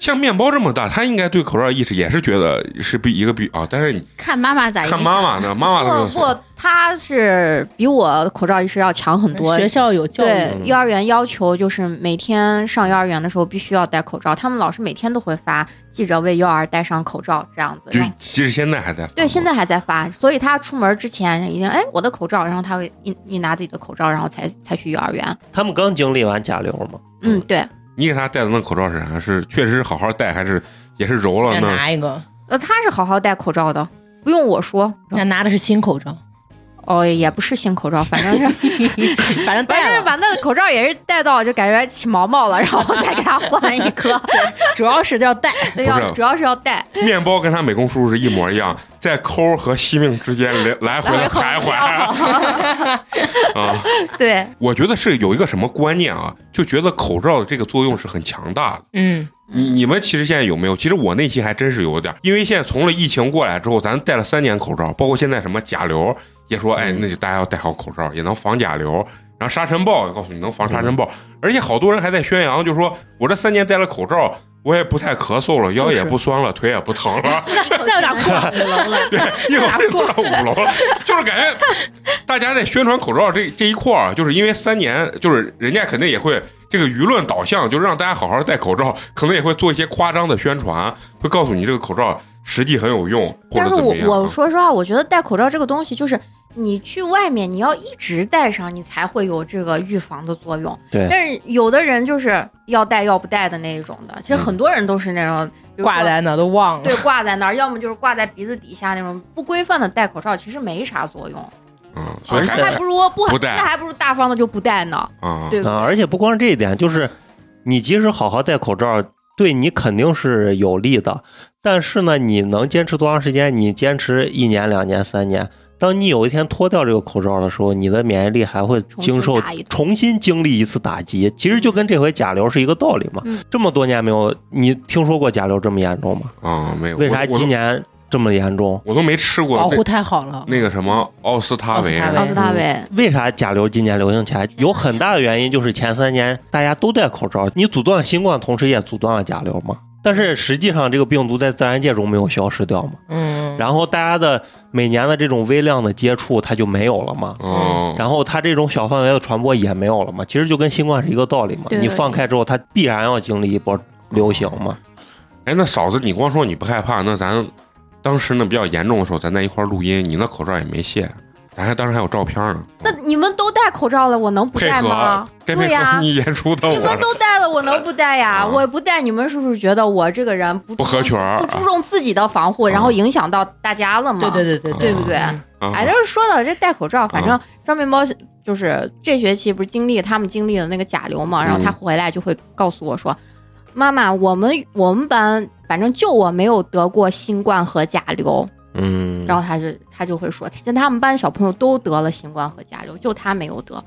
Speaker 1: 像面包这么大，他应该对口罩意识也是觉得是必一个必啊。但是你
Speaker 4: 看妈妈咋
Speaker 1: 看妈妈呢，妈妈
Speaker 3: 不
Speaker 1: 的
Speaker 3: 不，他是比我口罩意识要强很多。
Speaker 2: 学校有教育，
Speaker 3: 对幼儿园要求就是每天上幼儿园的时候必须要戴口罩，他们老师每天都会发记者为幼儿戴上口罩这样子。
Speaker 1: 就
Speaker 3: 然后
Speaker 1: 即使现在还在发
Speaker 3: 对，
Speaker 1: 吗
Speaker 3: 现在还在发，所以他出门之前一定哎我的口罩，然后他会一一拿自己的口罩，然后才才去幼儿园。
Speaker 5: (laughs) 他们刚经历完甲流嘛，
Speaker 3: 嗯，对，
Speaker 1: 你给他戴的那口罩是啥？是确实是好好戴，还是也是揉了
Speaker 2: 人家
Speaker 1: 呢？
Speaker 2: 拿一个，
Speaker 3: 呃，他是好好戴口罩的，不用我说。
Speaker 2: 人
Speaker 1: 嗯
Speaker 2: 家拿的是新口罩，
Speaker 3: 哦，也不是新口罩，反正
Speaker 1: (laughs)
Speaker 3: 是
Speaker 2: (laughs) 反正
Speaker 3: 反正
Speaker 2: 戴
Speaker 3: 是
Speaker 2: 了。
Speaker 3: 把那个口罩也是戴到就感觉起毛毛了，然后再给他换一
Speaker 1: (laughs)
Speaker 3: 个。
Speaker 2: 主要是要戴，
Speaker 3: 对，
Speaker 1: 不是
Speaker 3: 要主要是要戴，
Speaker 1: 面包跟他美工叔是一模一 (laughs) 样，在抠和惜命之间来来回的徘徊 (laughs) 啊。
Speaker 3: (laughs) 对，
Speaker 1: 我觉得是有一个什么观念啊，就觉得口罩的这个作用是很强大的。
Speaker 2: 嗯，
Speaker 1: 你你们其实现在有没有？其实我内心还真是有点儿，因为现在从了疫情过来之后，咱戴了三年口罩，包括现在什么甲流，也说哎，那就大家要戴好口罩，也能防甲流。然后沙尘暴，告诉你能防沙尘暴，而且好多人还在宣扬，就说我这三年戴了口罩，我也不太咳嗽了，腰也不酸了，腿也不疼了，
Speaker 4: (laughs) 那有点过楼了。
Speaker 1: (laughs) 一会儿又到五楼了，就是感觉大家在宣传口罩这这一块儿，啊就是因为三年，就是人家肯定也会这个舆论导向，就让大家好好戴口罩，可能也会做一些夸张的宣传，会告诉你这个口罩实际很有用，或
Speaker 3: 但
Speaker 1: 者
Speaker 3: 是
Speaker 1: 怎
Speaker 3: 我
Speaker 1: 么样。啊
Speaker 3: 我说实话，我觉得戴口罩这个东西，就是你去外面，你要一直戴上，你才会有这个预防的作用。
Speaker 5: 对
Speaker 3: 但是有的人就是要戴要不戴的那一种的，其
Speaker 1: 嗯
Speaker 3: 实很多人都是那种、比如说
Speaker 2: 挂在那都忘了
Speaker 3: 对。挂在那儿，要么就是挂在鼻子底下那种不规范的戴口罩，其实没啥作用。
Speaker 1: 嗯，所以
Speaker 3: 那
Speaker 1: 还
Speaker 3: 还不如不
Speaker 1: 不戴
Speaker 3: 那还不如大方的就不戴呢，
Speaker 1: 啊，
Speaker 3: 对不对？
Speaker 5: 啊，而且不光是这一点，就是你即使好好戴口罩，对你肯定是有利的。但是呢，你能坚持多长时间？你坚持一年、两年、三年。当你有一天脱掉这个口罩的时候，你的免疫力还会
Speaker 3: 重新
Speaker 5: 经受
Speaker 3: 打一顿
Speaker 5: 重新经历一次打击。其实就跟这回甲流是一个道理嘛。
Speaker 4: 嗯
Speaker 5: 这么多年没有，你听说过甲流这么严重吗？
Speaker 1: 啊，没有。
Speaker 5: 为
Speaker 1: 我
Speaker 5: 啥
Speaker 1: 我都
Speaker 5: 今年这么严重？
Speaker 1: 我都没吃过
Speaker 2: 保
Speaker 1: 那
Speaker 2: 护太好了，
Speaker 1: 那个什么奥司他韦
Speaker 2: 奥司他
Speaker 3: 奥司
Speaker 1: 嗯
Speaker 3: 他韦，
Speaker 5: 为啥甲流今年流行起来？有很大的原因就是前三年大家都戴口罩，你阻断新冠，同时也阻断了甲流嘛。但是实际上，这个病毒在自然界中没有消失掉嘛，
Speaker 2: 嗯，
Speaker 5: 然后大家的每年的这种微量的接触，它就没有了嘛。
Speaker 1: 哦，
Speaker 3: 嗯
Speaker 5: 然后它这种小范围的传播也没有了嘛，其实就跟新冠是一个道理嘛。
Speaker 3: 对
Speaker 5: 你放开之后，它必然要经历一波流行嘛。
Speaker 1: 哎，那嫂子，你光说你不害怕，那咱当时那比较严重的时候，咱在一块儿录音，你那口罩也没卸，咱还当时还有照片呢。
Speaker 3: 那你们都戴口罩了，我能不
Speaker 1: 配
Speaker 3: 戴
Speaker 1: 合
Speaker 3: 吗？
Speaker 1: 这
Speaker 3: 对
Speaker 1: 配
Speaker 3: 呀、
Speaker 1: 合你演出的
Speaker 3: 你
Speaker 1: 我
Speaker 3: 们
Speaker 1: 了，
Speaker 3: 都戴了，我能不戴
Speaker 1: 啊
Speaker 3: 呀？我不戴，你们是不是觉得我这个人不
Speaker 1: 不合群儿
Speaker 3: 不注重自己的防护，
Speaker 1: 啊
Speaker 3: 然后影响到大家了嘛？
Speaker 2: 对对对对
Speaker 3: 对不对？
Speaker 2: 嗯
Speaker 1: 啊
Speaker 3: 哎，就是说到这戴口罩，反正张面包就是这学期不是经历他们经历了那个甲流
Speaker 1: 嗯
Speaker 3: 嘛，然后他回来就会告诉我说：“妈妈，我们我们班反正就我没有得过新冠和甲流。”
Speaker 5: 嗯，
Speaker 3: 然后他就他就会说，像他们班小朋友都得了新冠和甲流，就他没有得。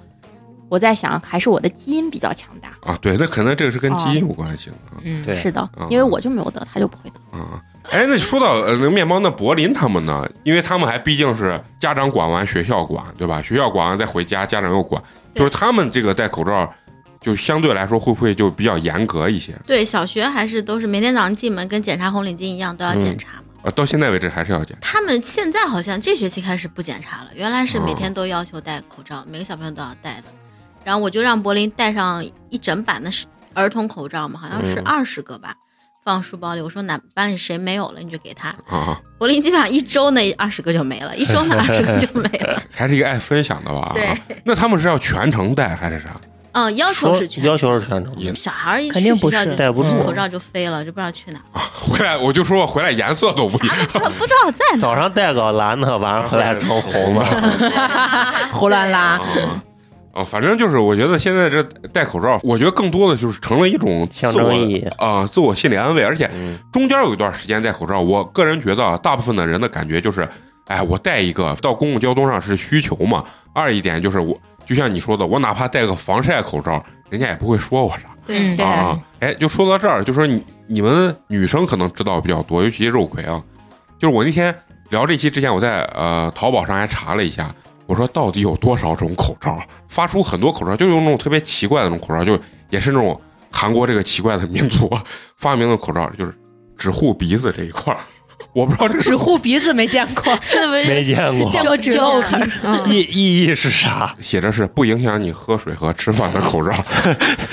Speaker 3: 我在想，还是我的基因比较强大。
Speaker 1: 啊，对，那可能这个是跟基因有关系的
Speaker 2: 嗯
Speaker 5: 对
Speaker 3: 是的
Speaker 1: 嗯，
Speaker 3: 因为我就没有得，他就不会得。
Speaker 1: 啊啊。哎，那说到呃，那个面包，那柏林他们呢？因为他们还毕竟是家长管完，学校管，对吧？学校管完再回家，家长又管，就是他们这个戴口罩，就相对来说会不会就比较严格一些？
Speaker 4: 对，小学还是都是每天早上进门跟检查红领巾一样都要
Speaker 5: 嗯
Speaker 4: 检查嘛。
Speaker 1: 啊，到现在为止还是要检
Speaker 4: 他们现在好像这学期开始不检查了，原来是每
Speaker 1: 哦
Speaker 4: 天都要求戴口
Speaker 5: 嗯
Speaker 4: 罩，每个小朋友都要戴的。然后我就让柏林戴上一整版的是儿童口罩嘛，好像是
Speaker 5: 嗯
Speaker 4: 二十个吧，放书包里。我说哪班里谁没有了你就给他。
Speaker 1: 查啊，
Speaker 4: 柏林基本上一周那二十个就没了，一周那二十个就没了。
Speaker 1: 还是一个爱分享的吧？啊，那他们是要全程戴还是啥？
Speaker 4: 嗯，要求是全
Speaker 5: 要求是全程的。
Speaker 1: 也
Speaker 4: 小孩儿一
Speaker 2: 肯
Speaker 4: 去
Speaker 2: 定
Speaker 4: 学
Speaker 2: 不
Speaker 4: 校
Speaker 2: 是
Speaker 4: 就嗯
Speaker 5: 戴不
Speaker 2: 住
Speaker 4: 口罩就飞了，就不知道去哪儿，
Speaker 1: 回来我就说我回来颜色都不一样，
Speaker 4: 不知道不知道在哪儿。
Speaker 5: 早上戴个蓝的，晚上回来成红的。 (laughs)
Speaker 2: 嗯 (laughs) 胡乱拉，
Speaker 1: 啊。啊，反正就是，我觉得现在这戴口罩，我觉得更多的就是成了一种
Speaker 5: 象
Speaker 1: 自我
Speaker 5: 征意义
Speaker 1: 啊、自我心理安慰。而且
Speaker 5: 嗯
Speaker 1: 中间有一段时间戴口罩，我个人觉得啊大部分的人的感觉就是，哎，我戴一个到公共交通上是需求嘛。二一点就是我，就像你说的，我哪怕戴个防晒口罩，人家也不会说我啥。
Speaker 2: 嗯
Speaker 3: 对
Speaker 1: 啊，哎，就说到这儿，就说你你们女生可能知道比较多，尤其肉葵啊，就是我那天聊这期之前，我在呃淘宝上还查了一下，我说到底有多少种口罩，发出很多口罩，就用那种特别奇怪的那种口罩，就也是那种韩国这个奇怪的民族发明的口罩，就是只护鼻子这一块儿，我不知道这
Speaker 2: 只
Speaker 1: 是
Speaker 2: 护鼻子没见过，
Speaker 4: 那不
Speaker 5: 没见过，
Speaker 2: 见过只露鼻。
Speaker 4: 就
Speaker 3: 嗯，
Speaker 5: 意意义是啥？
Speaker 1: 写着是不影响你喝水和吃饭的口罩，
Speaker 3: (laughs)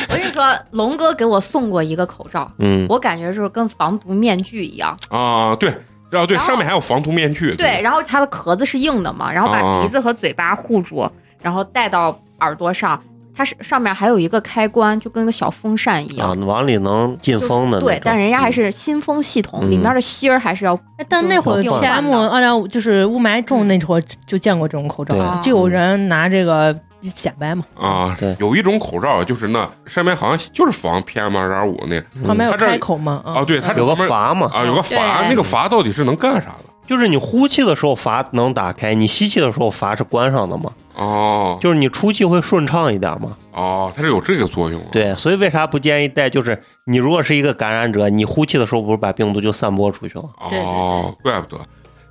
Speaker 3: 我跟你说，龙哥给我送过一个口罩，
Speaker 5: 嗯，
Speaker 3: 我感觉就是跟防毒面具一样。
Speaker 1: 啊，对，然后对，
Speaker 3: 然后
Speaker 1: 上面还有防毒面具，
Speaker 3: 对，然后它的壳子是硬的嘛，然后
Speaker 1: 啊
Speaker 3: 把
Speaker 1: 啊
Speaker 3: 鼻
Speaker 5: 哦
Speaker 3: 子和嘴巴护住，然后戴到耳朵上，它是上面还有一个开关，就跟个小风扇一
Speaker 5: 啊
Speaker 3: 样。，
Speaker 5: 往里能进风的那种。嗯
Speaker 3: 对，但人家还是新风系统，里面的芯儿还是要
Speaker 2: 哎但那会儿
Speaker 3: 挺好看
Speaker 2: PM
Speaker 3: 的嗯
Speaker 2: 二点五啊就是雾霾重那会儿就见过这种口罩
Speaker 5: 对啊
Speaker 2: 了，就有人拿这个显摆嘛，
Speaker 1: 啊
Speaker 5: 对，
Speaker 1: 有一种口罩就是那上面好像就是防 PM 二点五那
Speaker 5: 嗯
Speaker 2: 旁边有
Speaker 1: 它这儿
Speaker 2: 开口嘛，啊
Speaker 1: 啊，对，它
Speaker 5: 有个
Speaker 1: 阀
Speaker 5: 阀嘛，
Speaker 1: 啊，有个阀，
Speaker 3: 对
Speaker 1: 那个阀到底是能干啥的？
Speaker 5: 就是你呼气的时候阀能打开，你吸气的时候阀是关上的嘛，
Speaker 1: 哦
Speaker 5: 就是你出气会顺畅一点嘛。
Speaker 1: 哦，它是有这个作用啊。
Speaker 5: 对，所以为啥不建议戴？就是你如果是一个感染者，你呼气的时候不是把病毒就散播出去了？
Speaker 4: 对对
Speaker 1: 哦，怪不得。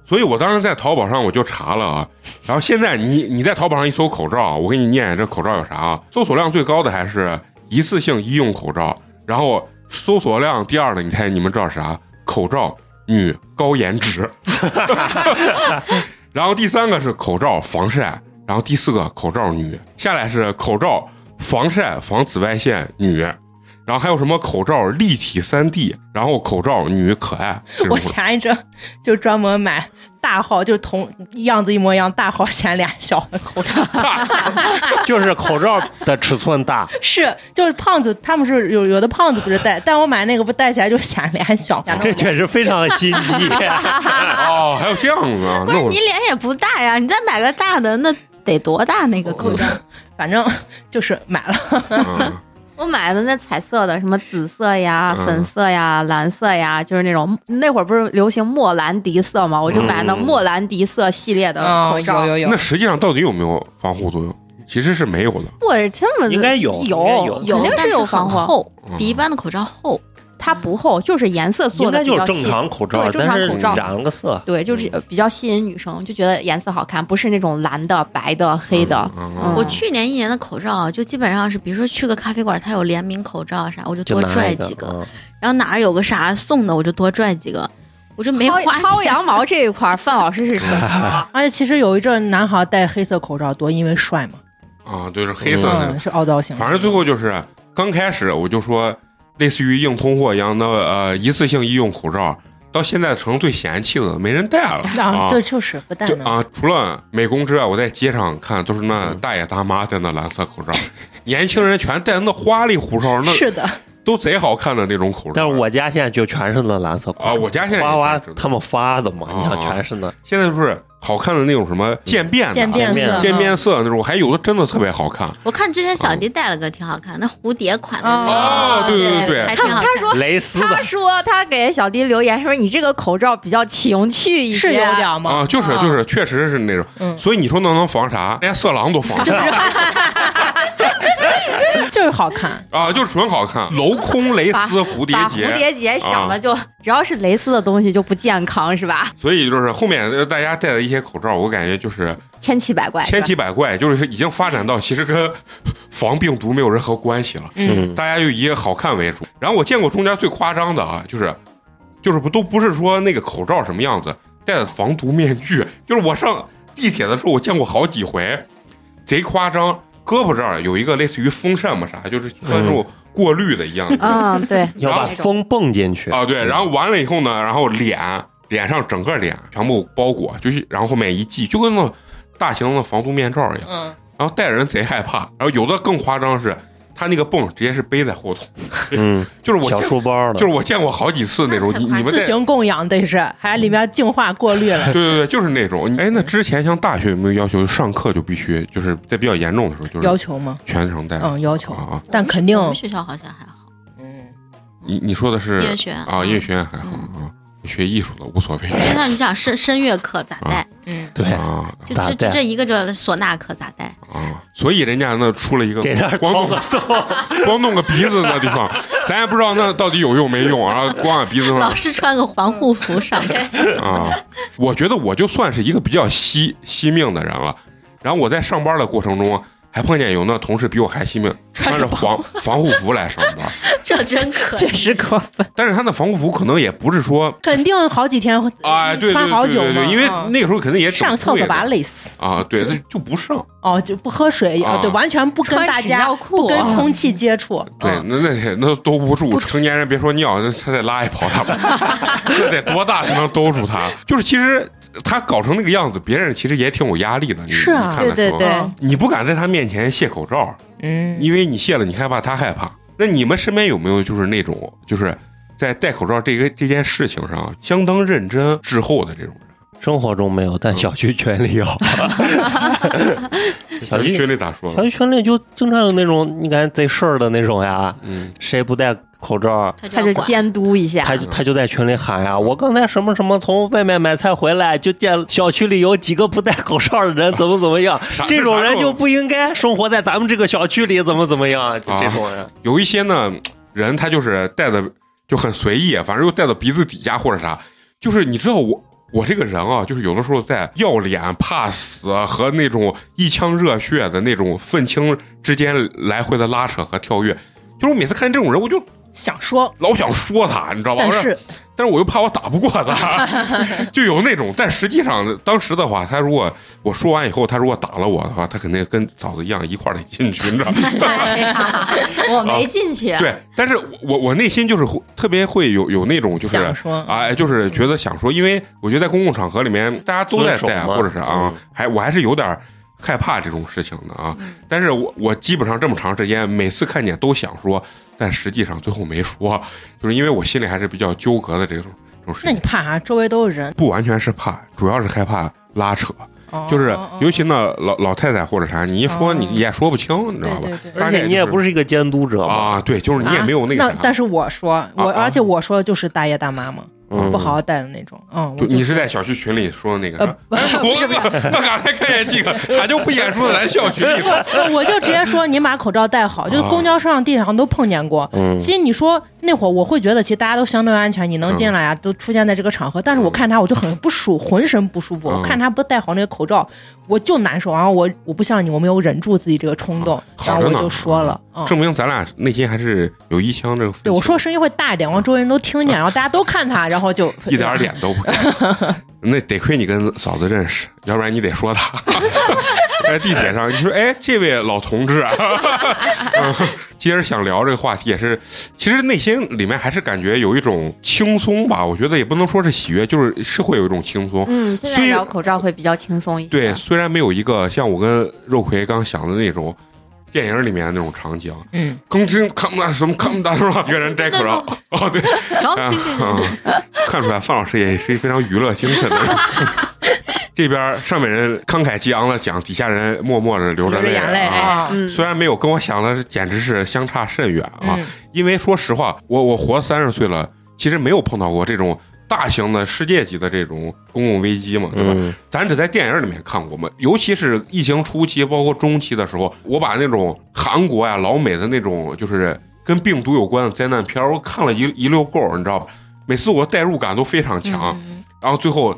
Speaker 1: 所以我当时在淘宝上我就查了啊，然后现在你你在淘宝上一搜口罩，我给你念这口罩有啥啊？搜索量最高的还是一次性医用口罩，然后搜索量第二的，你猜你们知道啥？口罩女高颜
Speaker 4: (laughs)
Speaker 1: 值，然后第三个是口罩防晒，然后第四个口罩女，下来是口罩防晒防紫外线女，然后还有什么口罩立体三 D，然后口罩女可爱，这种
Speaker 2: 嗯我前一阵就专门买大号，就是同样子一模一样，大号显脸小的口罩。
Speaker 5: 就是口罩的尺
Speaker 3: (laughs)
Speaker 5: 寸大，
Speaker 2: 是，就是胖子，他们是有有的胖子不是戴，但我买那个不戴起来就显脸小。
Speaker 3: 嗯
Speaker 5: 这确实非常的心
Speaker 3: (laughs)
Speaker 5: 机。
Speaker 1: (laughs) 哦，还有这样子
Speaker 4: (laughs)
Speaker 1: 啊？
Speaker 4: 不
Speaker 1: 那
Speaker 4: 是
Speaker 1: 我
Speaker 4: 你脸也不大呀，你再买个大的，那得多大那个口罩？
Speaker 2: 反正就是买了，
Speaker 4: (laughs)
Speaker 1: 嗯
Speaker 3: 我买的那彩色的，什么紫色呀、
Speaker 1: 嗯
Speaker 3: 粉色呀、蓝色呀，就是那种那会儿不是流行莫兰迪色嘛，我就买的
Speaker 5: 嗯
Speaker 3: 莫兰迪色系列的口罩。
Speaker 2: 嗯哦有
Speaker 1: 那实际上到底有没有防护作用？其实是没有的。
Speaker 3: 我这么
Speaker 5: 应该有应该有
Speaker 3: 有
Speaker 4: 有，
Speaker 3: 肯定
Speaker 4: 但是
Speaker 3: 有
Speaker 4: 很
Speaker 3: 防护，
Speaker 4: 厚，比一般的口罩厚。
Speaker 3: 它不厚，就是颜色
Speaker 5: 应
Speaker 3: 做的
Speaker 5: 该
Speaker 3: 比
Speaker 5: 就是
Speaker 3: 较
Speaker 5: 正
Speaker 3: 细。
Speaker 5: 常嗯口罩，
Speaker 3: 对正常
Speaker 5: 但是
Speaker 3: 口罩
Speaker 5: 染了个色。
Speaker 3: 对，就是呃比较吸引女生，就觉得颜色好看，不是那种蓝的、白的、黑的。
Speaker 1: 嗯
Speaker 3: 嗯
Speaker 4: 我去年一年的口罩啊就基本上是，比如说去个咖啡馆，它有联名口罩啊啥，我就
Speaker 5: 就
Speaker 4: 多
Speaker 5: 拿
Speaker 4: 拽
Speaker 5: 一
Speaker 4: 几个；
Speaker 5: 个，嗯
Speaker 4: 然后哪儿有个啥送的，我就多拽几个。我就没
Speaker 3: 薅
Speaker 4: 花
Speaker 3: 薅
Speaker 4: 钱，
Speaker 3: 羊毛这一块儿，范老师
Speaker 5: (laughs)
Speaker 3: 是正常。
Speaker 2: 而且其实有一阵男孩戴黑色口罩多，因为帅嘛，
Speaker 1: 啊，对，是黑色那个
Speaker 2: 嗯，。是凹造型。
Speaker 1: 反正最后就是刚开始我就说，类似于硬通货一样的呃一次性医用口罩，到现在成最嫌弃的，没人戴了
Speaker 2: (laughs) 啊，对，就是不戴
Speaker 1: 就
Speaker 2: 呢。
Speaker 1: 啊，除了美工之外，我在街上看都是那大爷大妈戴那蓝色口罩，年轻人全戴那花里胡哨，那
Speaker 2: 是的，
Speaker 1: 都贼好看的那种口罩。
Speaker 5: 但是我家现在就全是那蓝色口罩
Speaker 1: 啊，我家现在
Speaker 5: 花花
Speaker 1: 也戴着
Speaker 5: 他们发的嘛，
Speaker 1: 啊
Speaker 5: 你想全是那
Speaker 1: 现在就是好看的那种什么渐变的、
Speaker 3: 渐
Speaker 5: 变
Speaker 3: 变
Speaker 5: 色
Speaker 2: 嗯
Speaker 3: 色，
Speaker 1: 渐变色那种，还有的真的特别好看。
Speaker 4: (laughs) 我看之前小迪戴了个挺好看，那蝴蝶款的
Speaker 1: 哦
Speaker 4: 那
Speaker 1: 对对对对
Speaker 4: 还挺好
Speaker 3: 他
Speaker 4: 看。
Speaker 3: 他说
Speaker 5: 蕾丝
Speaker 3: 他
Speaker 5: 的，
Speaker 3: 说他给小迪留言说你这个口罩比较情趣一些，
Speaker 2: 是有点嘛。
Speaker 1: 啊，就是就是，确实是那种。
Speaker 2: 嗯
Speaker 1: 所以你说那能防啥？连色狼都防嗯
Speaker 2: (laughs) 就是好看。
Speaker 1: 啊，就纯好看。镂空蕾丝蝴蝶
Speaker 3: 把
Speaker 1: 结，
Speaker 3: 蝴蝶
Speaker 5: 啊
Speaker 3: 结想的就、只要是蕾丝的东西就不健康是吧？
Speaker 1: 所以就是后面呃大家戴的一些口罩，我感觉就是
Speaker 3: 千奇百怪，
Speaker 1: 千奇百怪，就是已经发展到其实跟防病毒没有任何关系了。
Speaker 2: 嗯，
Speaker 1: 大家就以好看为主。然后我见过中间最夸张的啊，就是就是不都不是说那个口罩什么样子，戴的防毒面具，就是我上地铁的时候我见过好几回，贼夸张，胳膊这儿有一个类似于风扇嘛啥，就是像那种过滤的一样的、
Speaker 3: 嗯，
Speaker 5: (laughs)
Speaker 3: 对，
Speaker 5: 要把
Speaker 3: 那种
Speaker 5: 风蹦进去嗯
Speaker 1: 啊，对。然后完了以后呢，然后脸脸上整个脸全部包裹，就是然后后面一系，就跟那大型的防毒面罩一样。
Speaker 2: 嗯，
Speaker 1: 然后戴人贼害怕，然后有的更夸张是他那个泵直接是背在后头，
Speaker 5: 嗯，
Speaker 1: 就是我
Speaker 5: 小
Speaker 1: 见
Speaker 5: 书包了，
Speaker 1: 就是我见过好几次那种，你你们
Speaker 2: 自
Speaker 1: 在
Speaker 2: 行供养得是，还里边净化过滤了。
Speaker 1: (laughs) 对对对，就是那种。哎，那之前像大学有没有要求上课就必须就是在比较严重的时候就
Speaker 2: 要
Speaker 1: 是
Speaker 2: 求吗？
Speaker 1: 全程戴
Speaker 2: 嗯，要求
Speaker 1: 啊，啊！
Speaker 2: 但肯定
Speaker 4: 我们学校好像还好，
Speaker 2: 嗯，
Speaker 1: 你你说的是
Speaker 4: 音乐学院嗯
Speaker 1: 啊，音乐学院还好啊，学艺术的无所谓
Speaker 4: 就像你想声声乐课咋带？
Speaker 2: 嗯，
Speaker 5: 对，
Speaker 1: 啊
Speaker 4: 就
Speaker 5: 咋
Speaker 4: 这
Speaker 5: 带
Speaker 4: 这这一个这唢呐课咋带？
Speaker 1: 啊！所以人家那出了一个
Speaker 5: 给这儿
Speaker 1: 光
Speaker 5: 掏
Speaker 1: 弄
Speaker 5: 个洞，
Speaker 1: (laughs) 光弄个鼻子那地方，咱也不知道那到底有用没用啊！光往鼻子上
Speaker 4: 老师穿个防护服上课，
Speaker 1: 啊，我觉得我就算是一个比较惜惜命的人了。然后我在上班的过程中，啊还碰见有那同事比我还惜命，穿着防防护服来上班，
Speaker 4: 这真可
Speaker 2: 这
Speaker 4: 以。
Speaker 2: 是过分，
Speaker 1: 但是他那防护服可能也不是说
Speaker 2: 肯定好几天
Speaker 1: 啊，对对
Speaker 2: 嗯穿好
Speaker 1: 对
Speaker 2: 久
Speaker 1: 对
Speaker 2: 嘛
Speaker 1: 对，因为
Speaker 2: 嗯
Speaker 1: 那个时候肯定也挺
Speaker 2: 上厕
Speaker 1: 贵的
Speaker 2: 所把它嗯勒死
Speaker 1: 啊，对，他就不上，
Speaker 2: 哦，就不喝水
Speaker 1: 啊
Speaker 2: 哦，对，完全不跟
Speaker 3: 穿
Speaker 2: 大
Speaker 3: 纸
Speaker 2: 家
Speaker 3: 尿
Speaker 2: 不
Speaker 3: 裤
Speaker 2: 跟
Speaker 3: 啊
Speaker 2: 空气接触，
Speaker 1: 对，
Speaker 2: 嗯
Speaker 1: 那那那兜不住，成年人别说尿，那他得拉一泡他
Speaker 2: (laughs)
Speaker 1: 吧，那得多大才能兜住他？就是其实他搞成那个样子，别人其实也挺有压力的，你
Speaker 2: 是啊
Speaker 1: 你看的
Speaker 3: 对对
Speaker 1: 时候
Speaker 3: 对，
Speaker 2: 嗯
Speaker 1: 你不敢在他面前卸口罩，
Speaker 2: 嗯，
Speaker 1: 因为你卸了，你害怕，他害怕。那你们身边有没有就是那种就是在戴口罩这个这件事情上啊相当认真滞后的这种人？
Speaker 5: 生活中没有，但嗯小区圈里有。小
Speaker 1: 群
Speaker 5: 区
Speaker 1: 里咋说
Speaker 5: 小
Speaker 1: 的？
Speaker 5: 区圈里就经常有那种你感觉贼事儿的那种呀，
Speaker 1: 嗯，
Speaker 5: 谁不戴口罩，
Speaker 4: 他
Speaker 3: 他就
Speaker 4: 就要管
Speaker 3: 监督一下
Speaker 2: 啊
Speaker 5: 他，就他就在群里喊呀，我刚才什么什么从外面买菜回来，就见小区里有几个不戴口罩的人，怎么怎么样
Speaker 1: 啥，
Speaker 5: 这种人
Speaker 1: 啥
Speaker 5: 就不应该生活在咱们这个小区里，怎么怎么样，就这种人。
Speaker 1: 有一些呢人他就是戴的就很随意，反正又戴到鼻子底下或者啥，就是你知道我。我这个人啊，就是有的时候在要脸、怕死和那种一腔热血的那种愤青之间来回的拉扯和跳跃，就是我每次看见这种人，我就
Speaker 2: 想说，
Speaker 1: 老想说他，你知道吧？
Speaker 2: 但
Speaker 1: 我说
Speaker 2: 是
Speaker 1: 但是我又怕我打不过他， (laughs) 就有那种。但实际上，当时的话，他如果我说完以后，他如果打了我的话，他肯定跟嫂子一样一块儿得进去，你知道吗？
Speaker 2: (laughs)
Speaker 3: (laughs) 哎我没进去，
Speaker 1: 对，但是我我我内心就是会特别会有有那种就是
Speaker 2: 想说，
Speaker 1: 哎，就是觉得想说，因为我觉得在公共场合里面大家都在
Speaker 5: 遵守
Speaker 1: 戴，
Speaker 5: 嘛
Speaker 1: 或者是啊
Speaker 5: 嗯，
Speaker 1: 还我还是有点害怕这种事情的啊。
Speaker 2: 嗯
Speaker 1: 但是我我基本上这么长时间，每次看见都想说，但实际上最后没说，就是因为我心里还是比较纠葛的这种这种事
Speaker 2: 那
Speaker 1: 情
Speaker 2: 你。怕啥？周围都是人，
Speaker 1: 不完全是怕，主要是害怕拉扯，
Speaker 2: 哦
Speaker 1: 就是
Speaker 2: 哦哦
Speaker 1: 尤其那老老太太或者啥，你一说
Speaker 2: 哦
Speaker 1: 你也说不清，你知道吧
Speaker 2: 对对？对
Speaker 1: 大
Speaker 5: 而
Speaker 1: 概
Speaker 5: 且你也
Speaker 1: 就是
Speaker 5: 不是一个监督者嘛，
Speaker 1: 啊，对，就是你也没有
Speaker 2: 啊那
Speaker 1: 个啥，
Speaker 2: 但是我说我，
Speaker 1: 啊啊
Speaker 2: 而且我说的就是大爷大妈嘛，
Speaker 5: 嗯
Speaker 2: 不好好带的那种。嗯，
Speaker 1: 就
Speaker 2: 我就
Speaker 1: 你是在小区群里说那个啥 (laughs)
Speaker 2: 呃，不 (laughs)
Speaker 1: 哎我我刚才看见这个，他就不演出在咱小区里头，
Speaker 2: 我就直接说您把口罩戴好，
Speaker 1: 啊
Speaker 2: 就是公交车上、地铁上都碰见过。
Speaker 5: 嗯，
Speaker 2: 其实你说那会儿，我会觉得其实大家都相对安全，你能
Speaker 1: 嗯
Speaker 2: 进来啊，都出现在这个场合。但是我看他，我就很不舒，浑身不舒服。
Speaker 1: 嗯
Speaker 2: 我看他不戴好那个口罩，我就难受。然后我我不像你，我没有忍住自己这个冲动，
Speaker 1: 啊好
Speaker 2: 然
Speaker 1: 着
Speaker 2: 后
Speaker 1: 呢啊
Speaker 2: 我就说了，嗯，
Speaker 1: 证明咱俩内心还是有一腔这个。
Speaker 2: 对我说声音会大一点，然后周围人都听
Speaker 1: (laughs)
Speaker 2: 见，然后大家都看他，然后就
Speaker 1: 一点儿脸都不给。 (laughs) 那得亏你跟嫂子认识，要不然你得说她。在地铁上，你说哎，这位老同志、啊， (laughs) 嗯接着想聊这个话题，也是，其实内心里面还是感觉有一种轻松吧。我觉得也不能说是喜悦，就是是会有一种轻松。
Speaker 3: 嗯，现
Speaker 1: 虽
Speaker 3: 在
Speaker 1: 然
Speaker 3: 聊口罩会比较轻松一些，
Speaker 1: 对，虽然没有一个像我跟肉葵刚想的那种电影里面的那种场景，
Speaker 2: 嗯，
Speaker 1: 更新看不到什么看不到是吧？一个人戴口罩，哦对，
Speaker 4: 然后
Speaker 1: 啊
Speaker 4: 对对对，
Speaker 1: 啊 (laughs) 看出来范老师也是一非常娱乐精神的人。这边上面人慷慨激昂的讲，底下人默默的流着
Speaker 2: 流着
Speaker 1: 泪
Speaker 2: 眼泪
Speaker 1: 啊。
Speaker 2: 啊，
Speaker 3: 嗯，
Speaker 1: 虽然没有跟我想的简直是相差甚远啊，
Speaker 2: 嗯
Speaker 1: 因为说实话，我我活三十岁了，其实没有碰到过这种大型的世界级的这种公共危机嘛，对吧？
Speaker 5: 嗯，
Speaker 1: 咱只在电影里面看过嘛，尤其是疫情初期，包括中期的时候，我把那种韩国呀、老美的那种就是跟病毒有关的灾难片儿，我看了一一溜够儿，你知道吧？每次我代入感都非常强，
Speaker 2: 嗯
Speaker 1: 然后最后。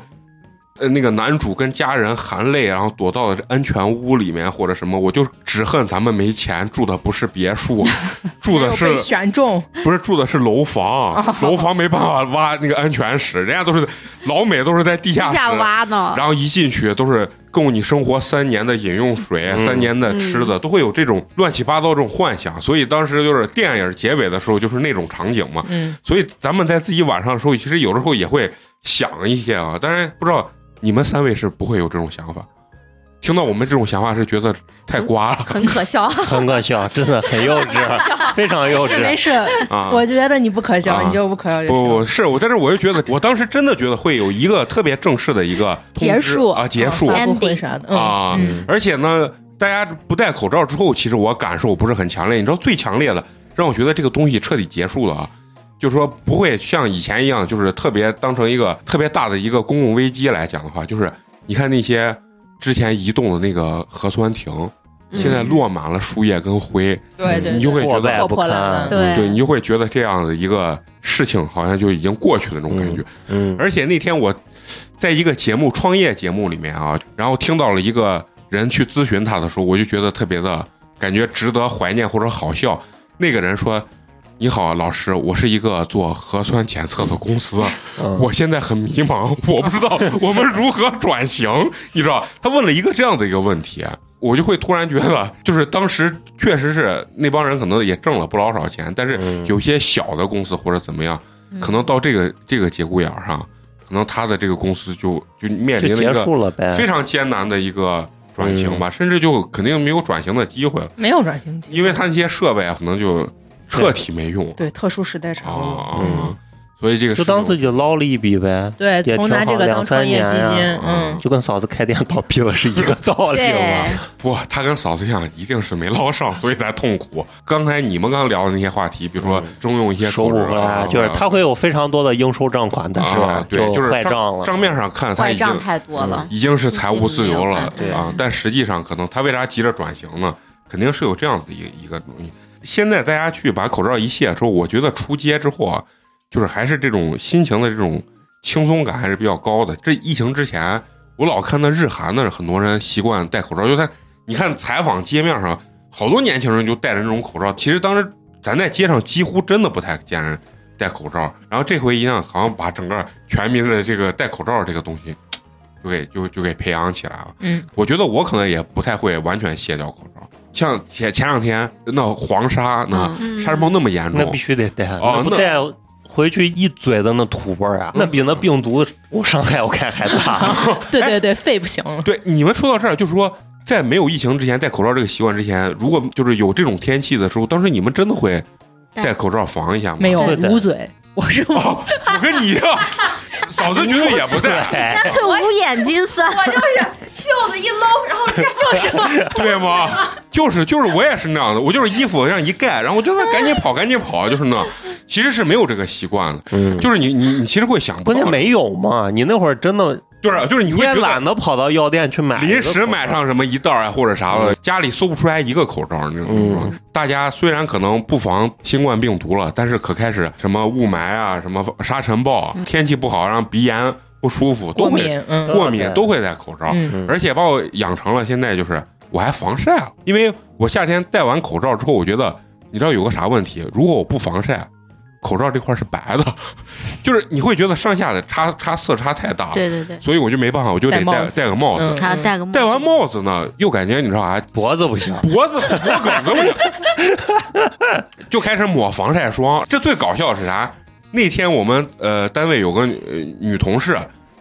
Speaker 1: 呃，那个男主跟家人含泪，然后躲到了这安全屋里面或者什么，我就只恨咱们没钱，住的不是别
Speaker 2: (laughs)
Speaker 1: 墅，住
Speaker 2: 没
Speaker 1: 的
Speaker 2: 有
Speaker 1: 是
Speaker 2: 哎被选哦中，
Speaker 1: 不是住的是楼房，楼房没办法挖那个安全室，人家都是老美都是在地下
Speaker 3: 地
Speaker 1: 室
Speaker 3: 下挖呢，
Speaker 1: 然后一进去都是够你生活三年的饮用水、
Speaker 5: 嗯
Speaker 1: 三年的吃的，都会有这种乱七八糟这种幻想。所以当时就是电影结尾的时候，就是那种场景嘛。
Speaker 2: 嗯，
Speaker 1: 所以咱们在自己晚上的时候，其实有时候也会想一些啊。当然不知道你们三位是不会有这种想法，听到我们这种想法是觉得太瓜了
Speaker 3: 很可笑。
Speaker 5: 很可笑，真的很幼
Speaker 2: (laughs)
Speaker 5: 稚，非常幼
Speaker 2: 没
Speaker 5: 稚。
Speaker 2: 事，
Speaker 1: (laughs) 啊！
Speaker 2: 我觉得你不可笑，
Speaker 1: 啊
Speaker 2: 你就不可笑就
Speaker 1: 不
Speaker 2: 行。
Speaker 1: 不是我，但是我又觉得，我当时真的觉得会有一个特别正式的一个通
Speaker 3: 结
Speaker 1: 知
Speaker 3: 束
Speaker 1: 啊，结束
Speaker 2: 发布会
Speaker 4: Ending
Speaker 2: 啥的，嗯，
Speaker 1: 啊
Speaker 3: 嗯，
Speaker 1: 而且呢，大家不戴口罩之后，其实我感受不是很强烈。你知道最强烈的，让我觉得这个东西彻底结束了啊，就是说不会像以前一样，就是特别当成一个特别大的一个公共危机来讲的话，就是你看那些之前移动的那个核酸亭，
Speaker 3: 嗯
Speaker 1: 现在落满了树叶跟灰，
Speaker 2: 对对
Speaker 1: 你就会
Speaker 2: 对，
Speaker 1: 觉
Speaker 5: 破
Speaker 1: 得
Speaker 5: 败
Speaker 2: 破
Speaker 5: 不
Speaker 2: 破烂
Speaker 5: 堪，
Speaker 2: 烂
Speaker 1: 对你就会觉得这样的一个事情好像就已经过去了那种感觉。
Speaker 5: 嗯，
Speaker 1: 而且那天我在一个节目创业节目里面啊，然后听到了一个人去咨询他的时候，我就觉得特别的感觉值得怀念或者好笑。那个人说：“你好，老师，我是一个做核酸检测的公司，啊
Speaker 5: 嗯
Speaker 1: 我现在很迷茫， (laughs) 我不知
Speaker 5: (laughs)
Speaker 1: 道我们如何转型。”你知道，他问了一个这样的一个问题。啊我就会突然觉得，就是当时确实是那帮人可能也挣了不老少钱，但是
Speaker 5: 嗯
Speaker 1: 有些小的公司或者怎么样，
Speaker 4: 嗯
Speaker 1: 可能到这个这个节骨眼儿上，可能他的这个公司就就面临
Speaker 5: 就
Speaker 1: 了
Speaker 5: 结
Speaker 1: 一个
Speaker 5: 束了嗯呗。
Speaker 1: 非常艰难的一个转型吧，甚至就肯定没有转型的机会了，
Speaker 2: 没有转型机，
Speaker 1: 因为他那些设备啊可能就彻底没用
Speaker 2: 对特殊时代产
Speaker 1: 啊
Speaker 2: 物。
Speaker 1: 啊，
Speaker 5: 嗯
Speaker 1: 啊所以这个
Speaker 5: 就当自己捞了一笔呗，
Speaker 2: 对，
Speaker 5: 也
Speaker 2: 从
Speaker 5: 挺
Speaker 2: 拿这
Speaker 5: 好
Speaker 2: 个
Speaker 5: 两
Speaker 2: 当
Speaker 5: 三
Speaker 2: 创业
Speaker 5: 年
Speaker 2: 基
Speaker 5: 呀
Speaker 2: 金，
Speaker 1: 嗯
Speaker 2: 嗯，
Speaker 5: 就跟嫂子开店倒闭了是一个道理
Speaker 3: 对
Speaker 5: 嘛。，
Speaker 1: 不，他跟嫂子一样，一定是没捞上，所以才痛苦。刚才你们刚聊的那些话题，比如说
Speaker 5: 嗯
Speaker 1: 征用一些
Speaker 5: 收不
Speaker 1: 口
Speaker 5: 回
Speaker 1: 水啊
Speaker 5: 来，就是他会有非常多的应收账款，但是
Speaker 1: 啊
Speaker 5: 吧，
Speaker 1: 对，就是
Speaker 5: 坏账了。
Speaker 1: 账面上看他
Speaker 3: 坏 (laughs)
Speaker 1: 已经
Speaker 3: 账太多了。
Speaker 1: 已经是财务自由了
Speaker 4: 嗯
Speaker 1: 啊，但实际上可能他为啥急着转型呢？肯定是有这样的一个一个东西。现在大家去把口罩一卸之后，我觉得出街之后啊，就是还是这种心情的这种轻松感还是比较高的。这疫情之前，我老看那日韩那很多人习惯戴口罩，就他你看采访街面上好多年轻人就戴着那种口罩，其实当时咱在街上几乎真的不太见人戴口罩，然后这回一样，好像把整个全民的这个戴口罩这个东西，就给就就给培养起来了。
Speaker 2: 嗯，
Speaker 1: 我觉得我可能也不太会完全卸掉口罩，像前前两天那黄沙那、
Speaker 3: 嗯
Speaker 1: 沙尘暴那么严重，
Speaker 5: 那必须得带，
Speaker 1: 哦
Speaker 5: 那不
Speaker 1: 那嗯
Speaker 5: 带回去一嘴的那土味儿啊，那比那病毒我伤害我看还
Speaker 1: (laughs)
Speaker 5: 大。
Speaker 2: 对对对，肺不行，
Speaker 1: 对，你们说到这儿，就是说，在没有疫情之前，戴口罩这个习惯之前，如果就是有这种天气的时候，当时你们真的会
Speaker 4: 戴
Speaker 1: 戴口罩防一下吗？
Speaker 2: 没有
Speaker 5: 对对
Speaker 2: 捂嘴，我是捂
Speaker 1: 哦， (laughs) 我跟你一 (laughs) 样，嫂子绝对也不 (laughs) 戴，
Speaker 5: 对，
Speaker 4: 干脆捂眼睛算了。
Speaker 2: 袖子一搂，然后这 (laughs) 就是
Speaker 1: 对吗？就是就是，我也是那样的，我就是衣服这样一盖，然后我就说赶紧跑，赶紧跑，就是那样，其实是没有这个习惯的，
Speaker 5: 嗯，
Speaker 1: 就是你你你其实会想不
Speaker 5: 关
Speaker 1: 到，
Speaker 5: 键没有嘛，你那会儿真的
Speaker 1: 就是就是你会
Speaker 5: 也
Speaker 1: 觉得
Speaker 5: 懒得跑到药店去买，
Speaker 1: 临时买。上什么一袋儿啊或者啥
Speaker 2: 嗯
Speaker 1: 的，家里搜不出来一个口罩那种状态。大家虽然可能不防新冠病毒了，但是可开始什么雾霾啊、什么沙尘暴啊、天气不好，让鼻炎不舒服，都
Speaker 2: 嗯过
Speaker 1: 会
Speaker 2: 敏，嗯
Speaker 1: 过敏都会戴口罩，
Speaker 2: 嗯
Speaker 1: 而且把我养成了现在就是我还防晒了，因为我夏天戴完口罩之后，我觉得你知道有个啥问题，如果我不防晒，口罩这块是白的， (laughs) 就是你会觉得上下的差差色差太大了。
Speaker 4: 对对对，
Speaker 1: 所以我就没办法，我就得
Speaker 2: 戴帽
Speaker 1: 戴
Speaker 2: 子
Speaker 1: 戴个帽子。
Speaker 2: 嗯
Speaker 4: 还要戴个
Speaker 1: 戴完帽子呢，又感觉你知道啊啥、
Speaker 5: 脖子不行，
Speaker 2: 啊
Speaker 1: 脖子脖梗子不行， (laughs) 就开始抹防晒霜。这最搞笑的是啥？那天我们呃单位有个女、呃女同事，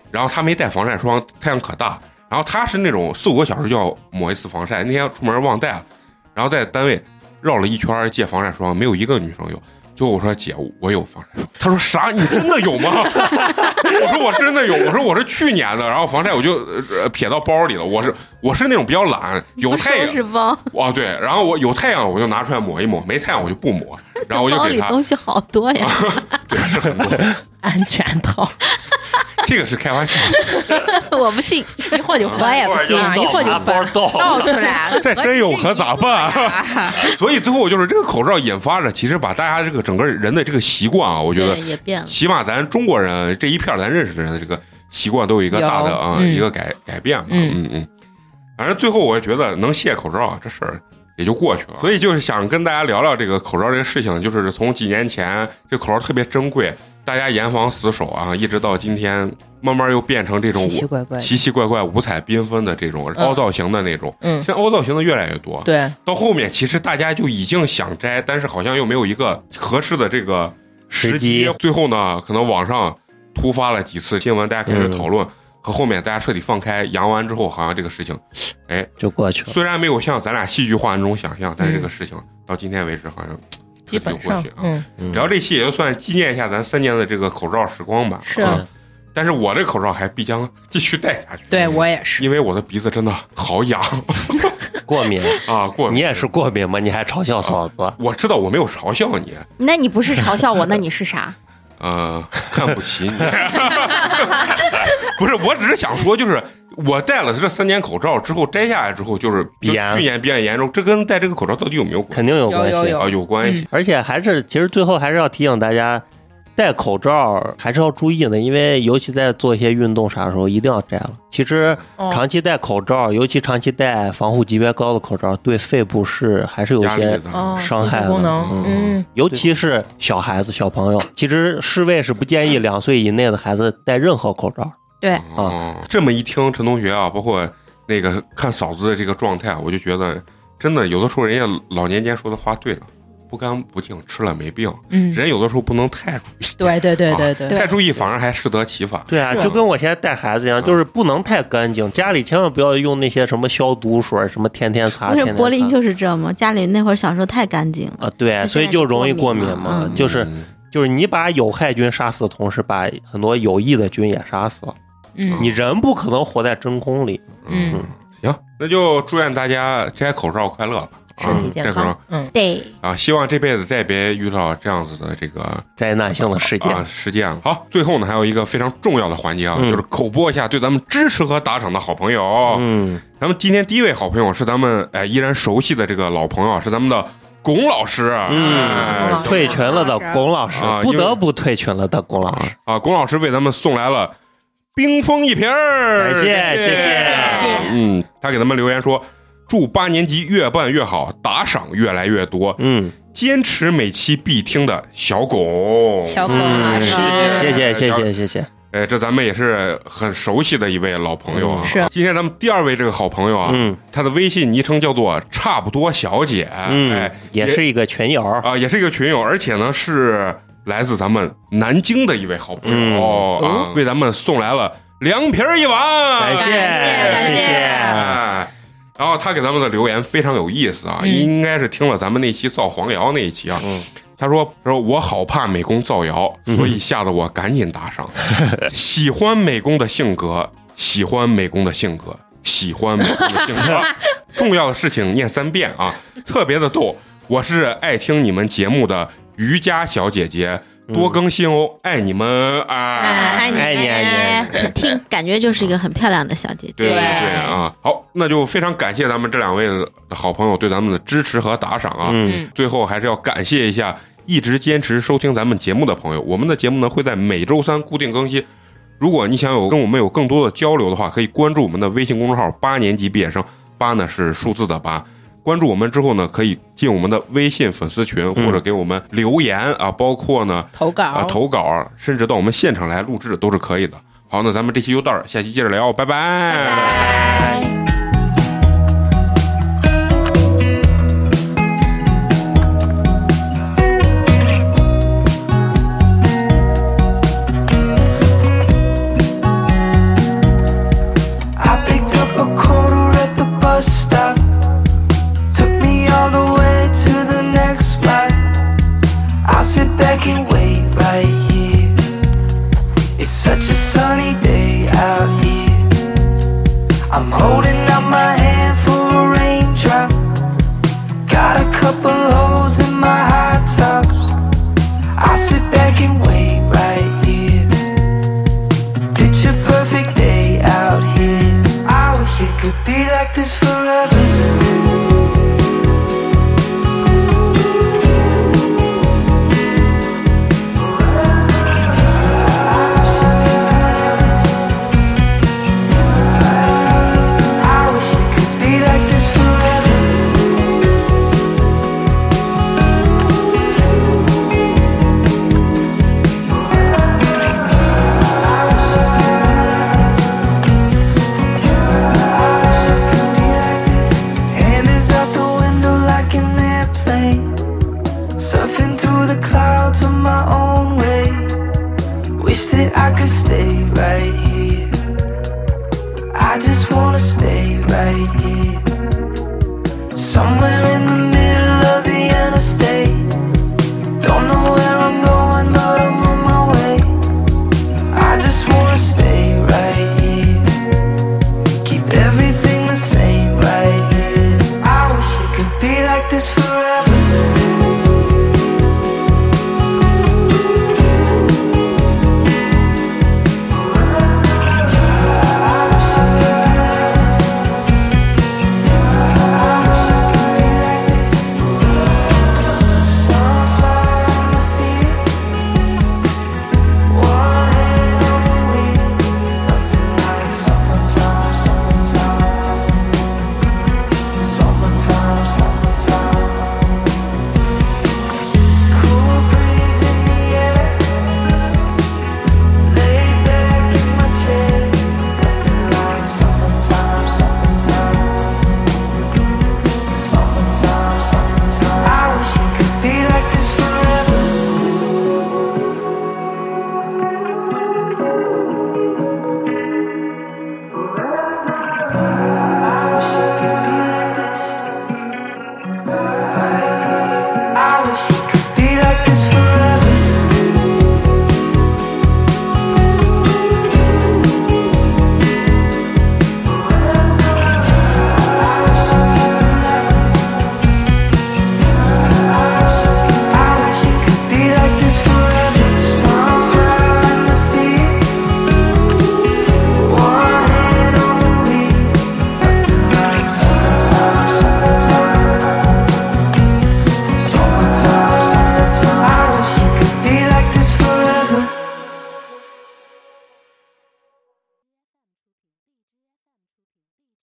Speaker 1: 然后她没带防晒霜，太阳可大，然后她是那种四五个小时就要抹一次防晒，那天出门忘带了，然后在单位绕了一圈借防晒霜，没有一个女生有。最后我说姐，我有防晒霜。她说啥？你真的有吗？ (laughs) 我说我真的有。我说我是去年的，然后防晒我就呃撇到包里了。我是我是那种比较懒，有太阳
Speaker 4: 是包，
Speaker 1: 哦，对，然后我有太阳我就拿出来抹一抹，没太阳我就不抹，然后我就
Speaker 4: 包
Speaker 1: 给
Speaker 4: 里
Speaker 1: 他，
Speaker 4: 东西好多呀。
Speaker 1: 对，是很多，
Speaker 2: 安全套，
Speaker 1: 这个是开玩笑 (laughs) 的，
Speaker 4: 我不信，
Speaker 2: 一会儿就
Speaker 3: 我
Speaker 2: 翻
Speaker 3: 也不信，
Speaker 2: 啊一会儿就
Speaker 5: 拿包
Speaker 2: 翻。
Speaker 5: 倒，
Speaker 3: 倒出来， (laughs)
Speaker 1: 再真有可咋办？啊所以最后就是这个口罩引发着，其实把大家这个整个人的这个习惯啊，我觉得
Speaker 4: 对，也
Speaker 2: 嗯
Speaker 4: 变了。
Speaker 1: 起码咱中国人这一片儿咱认识的人的这个习惯都有一个大的
Speaker 2: 有
Speaker 1: 啊、
Speaker 2: 嗯
Speaker 1: 一个改改变吧，
Speaker 2: 嗯
Speaker 1: 嗯嗯。反正最后我觉得能卸口罩啊，这事儿也就过去了。所以就是想跟大家聊聊这个口罩这个事情，就是从几年前这口罩特别珍贵，大家严防死守啊，一直到今天慢慢又变成这种
Speaker 2: 奇奇怪怪的，
Speaker 1: 奇奇怪怪、五彩缤纷的这种凹造型的那种。
Speaker 2: 嗯
Speaker 1: 现，在凹造型的越来越多，
Speaker 2: 对，
Speaker 1: 到后面其实大家就已经想摘，但是好像又没有一个合适的这个
Speaker 5: 时机嗯
Speaker 1: 最后呢，可能网上突发了几次新闻，大家开始讨论和后面大家彻底放开阳完之后，好像这个事情哎
Speaker 5: 就过去了。
Speaker 1: 虽然没有像咱俩戏剧化那种想象，但是
Speaker 5: 嗯
Speaker 1: 这个事情到今天为止好像
Speaker 2: 基本
Speaker 1: 过
Speaker 2: 上
Speaker 1: 去啊，
Speaker 2: 嗯，
Speaker 5: 嗯
Speaker 1: 聊这期也就算纪念一下咱三年的这个口罩时光吧。
Speaker 2: 是
Speaker 1: 啊，但是我这口罩还必将继续戴下去。
Speaker 2: 对我也是，
Speaker 1: 因为我的鼻子真的好
Speaker 5: (laughs)
Speaker 1: 痒
Speaker 5: 过敏，
Speaker 1: 啊！过敏哦
Speaker 5: 你也是过敏吗？你还嘲笑嫂子？
Speaker 1: 我知道我没有嘲笑你，
Speaker 3: 那你不是嘲笑我，那你是啥？
Speaker 1: 呃，看不起你，不是，我只是想说，就是我戴了这三年口罩之后，摘下来之后，就是就
Speaker 5: 鼻炎
Speaker 1: 去年鼻炎严重，这跟戴这个口罩到底有没有关
Speaker 5: 肯定有关系。
Speaker 2: 有有
Speaker 1: 啊？有关系，
Speaker 5: 而且还是，其实最后还是要提醒大家，戴口罩还是要注意的，因为尤其在做一些运动啥时候，一定要摘了。其实
Speaker 2: 哦
Speaker 5: 长期戴口罩，尤其长期戴防护级别高的口罩，对肺部是还是有
Speaker 1: 压力
Speaker 5: 些，
Speaker 1: 的。
Speaker 2: 哦，
Speaker 5: 伤害
Speaker 2: 幸
Speaker 5: 了
Speaker 2: 福功能，嗯，
Speaker 5: 尤其是小孩子、小朋友。其实世卫是不建议两岁以内的孩子戴任何口罩。
Speaker 3: 对
Speaker 2: 啊
Speaker 1: 哦，这么一听，陈同学啊，包括那个看嫂子的这个状态，我就觉得真的有的时候人家老年间说的话对了，不干不净，吃了没病。
Speaker 2: 嗯，
Speaker 1: 人有的时候不能太注意，
Speaker 2: 对对对对
Speaker 1: 啊
Speaker 2: 对，
Speaker 1: 太注意反而还适得其反。
Speaker 5: 对啊，
Speaker 2: 是
Speaker 5: 就跟我现在带孩子一
Speaker 1: 嗯
Speaker 5: 样，就是不能太干净，家里千万不要用那些什么消毒水，什么天天擦。
Speaker 4: 不是
Speaker 5: 天天
Speaker 4: 柏林
Speaker 5: 擦
Speaker 4: 就是这么，家里那会儿小时候太干净了。
Speaker 5: 啊，对，所以就容易过敏
Speaker 4: 现在就过敏
Speaker 5: 嘛
Speaker 4: 了，
Speaker 5: 就是
Speaker 1: 嗯
Speaker 5: 就是你把有害菌杀死的同时，把很多有益的菌也杀死了。
Speaker 2: 嗯
Speaker 5: 你人不可能活在真空里。
Speaker 2: 嗯，
Speaker 1: 行，那就祝愿大家摘口罩快乐吧，
Speaker 2: 身体
Speaker 1: 啊
Speaker 2: 健
Speaker 1: 这时候
Speaker 2: 康，嗯，
Speaker 3: 对，
Speaker 1: 啊，希望这辈子再别遇到这样子的这个
Speaker 5: 灾难性的事件，
Speaker 1: 啊事件了。好，最后呢，还有一个非常重要的环节啊，
Speaker 5: 嗯
Speaker 1: 就是口播一下对咱们支持和打赏的好朋友。
Speaker 5: 嗯，
Speaker 1: 咱们今天第一位好朋友是咱们哎依然熟悉的这个老朋友，是咱们的龚老师。
Speaker 5: 嗯
Speaker 1: 哎
Speaker 2: 啊
Speaker 5: 退群了的龚老师
Speaker 1: 啊，
Speaker 5: 不
Speaker 1: 因为
Speaker 5: 得不退群了的龚老师，
Speaker 1: 啊，龚老师为咱们送来了冰封一瓶儿，
Speaker 5: 感谢
Speaker 1: 谢
Speaker 5: 谢谢
Speaker 3: 谢
Speaker 1: 嗯，他给咱们留言说，祝八年级越办越好，打赏越来越多，
Speaker 5: 嗯，
Speaker 1: 坚持每期必听的小龚。
Speaker 2: 小狗啊，
Speaker 5: 嗯，
Speaker 2: 是
Speaker 5: 谢谢谢
Speaker 1: 小
Speaker 5: 谢谢谢，
Speaker 1: 哎，这咱们也是很熟悉的一位老朋友啊。
Speaker 2: 嗯是
Speaker 1: 今天咱们第二位这个好朋友啊，
Speaker 5: 嗯
Speaker 1: 他的微信昵称叫做“差不多小姐”，
Speaker 5: 嗯
Speaker 1: 哎，，
Speaker 5: 也是一个群友，
Speaker 1: 啊，也是一个群友，而且呢是来自咱们南京的一位好朋友、
Speaker 5: 嗯
Speaker 2: 哦
Speaker 1: 啊，为咱们送来了凉皮儿一
Speaker 5: 感
Speaker 1: 碗，
Speaker 5: 谢
Speaker 2: 感
Speaker 5: 谢
Speaker 2: 谢
Speaker 5: 谢，
Speaker 1: 哎然后他给咱们的留言非常有意思啊，
Speaker 2: 嗯
Speaker 1: 应该是听了咱们那期造黄谣那一期啊。
Speaker 5: 嗯
Speaker 1: 他说：“他说我好怕美工造谣，所以吓得我赶紧打赏。喜欢美工的性格，喜欢美工的性格，喜欢美工的性格。重要的事情念三遍啊，特别的逗。我是爱听你们节目的瑜伽小姐姐，多更新哦，爱你们啊！
Speaker 4: 哎爱你
Speaker 5: 爱你爱
Speaker 4: 你，听感觉就是一个很漂亮的小姐姐。
Speaker 1: 对对
Speaker 3: 对
Speaker 1: 对啊！好，那就非常感谢咱们这两位的好朋友对咱们的支持和打赏啊。
Speaker 5: 嗯，
Speaker 1: 最后还是要感谢一下一直坚持收听咱们节目的朋友。我们的节目呢会在每周三固定更新。如果你想有跟我们有更多的交流的话，可以关注我们的微信公众号“八年级毕业生”，八呢是数字的八。关注我们之后呢，可以进我们的微信粉丝群，或者给我们留言啊，包括呢
Speaker 2: 投
Speaker 1: 啊
Speaker 2: 稿，
Speaker 1: 投稿，甚至到我们现场来录制都是可以的。好，那咱们这期就到这儿，下期接着聊，拜拜。拜拜
Speaker 3: 拜。
Speaker 6: I picked up a quarter at the bus stop. Took me all the way to the next spot. I'll sit back and wait right here. It's such a sunny day out here. I'm holding Somewhere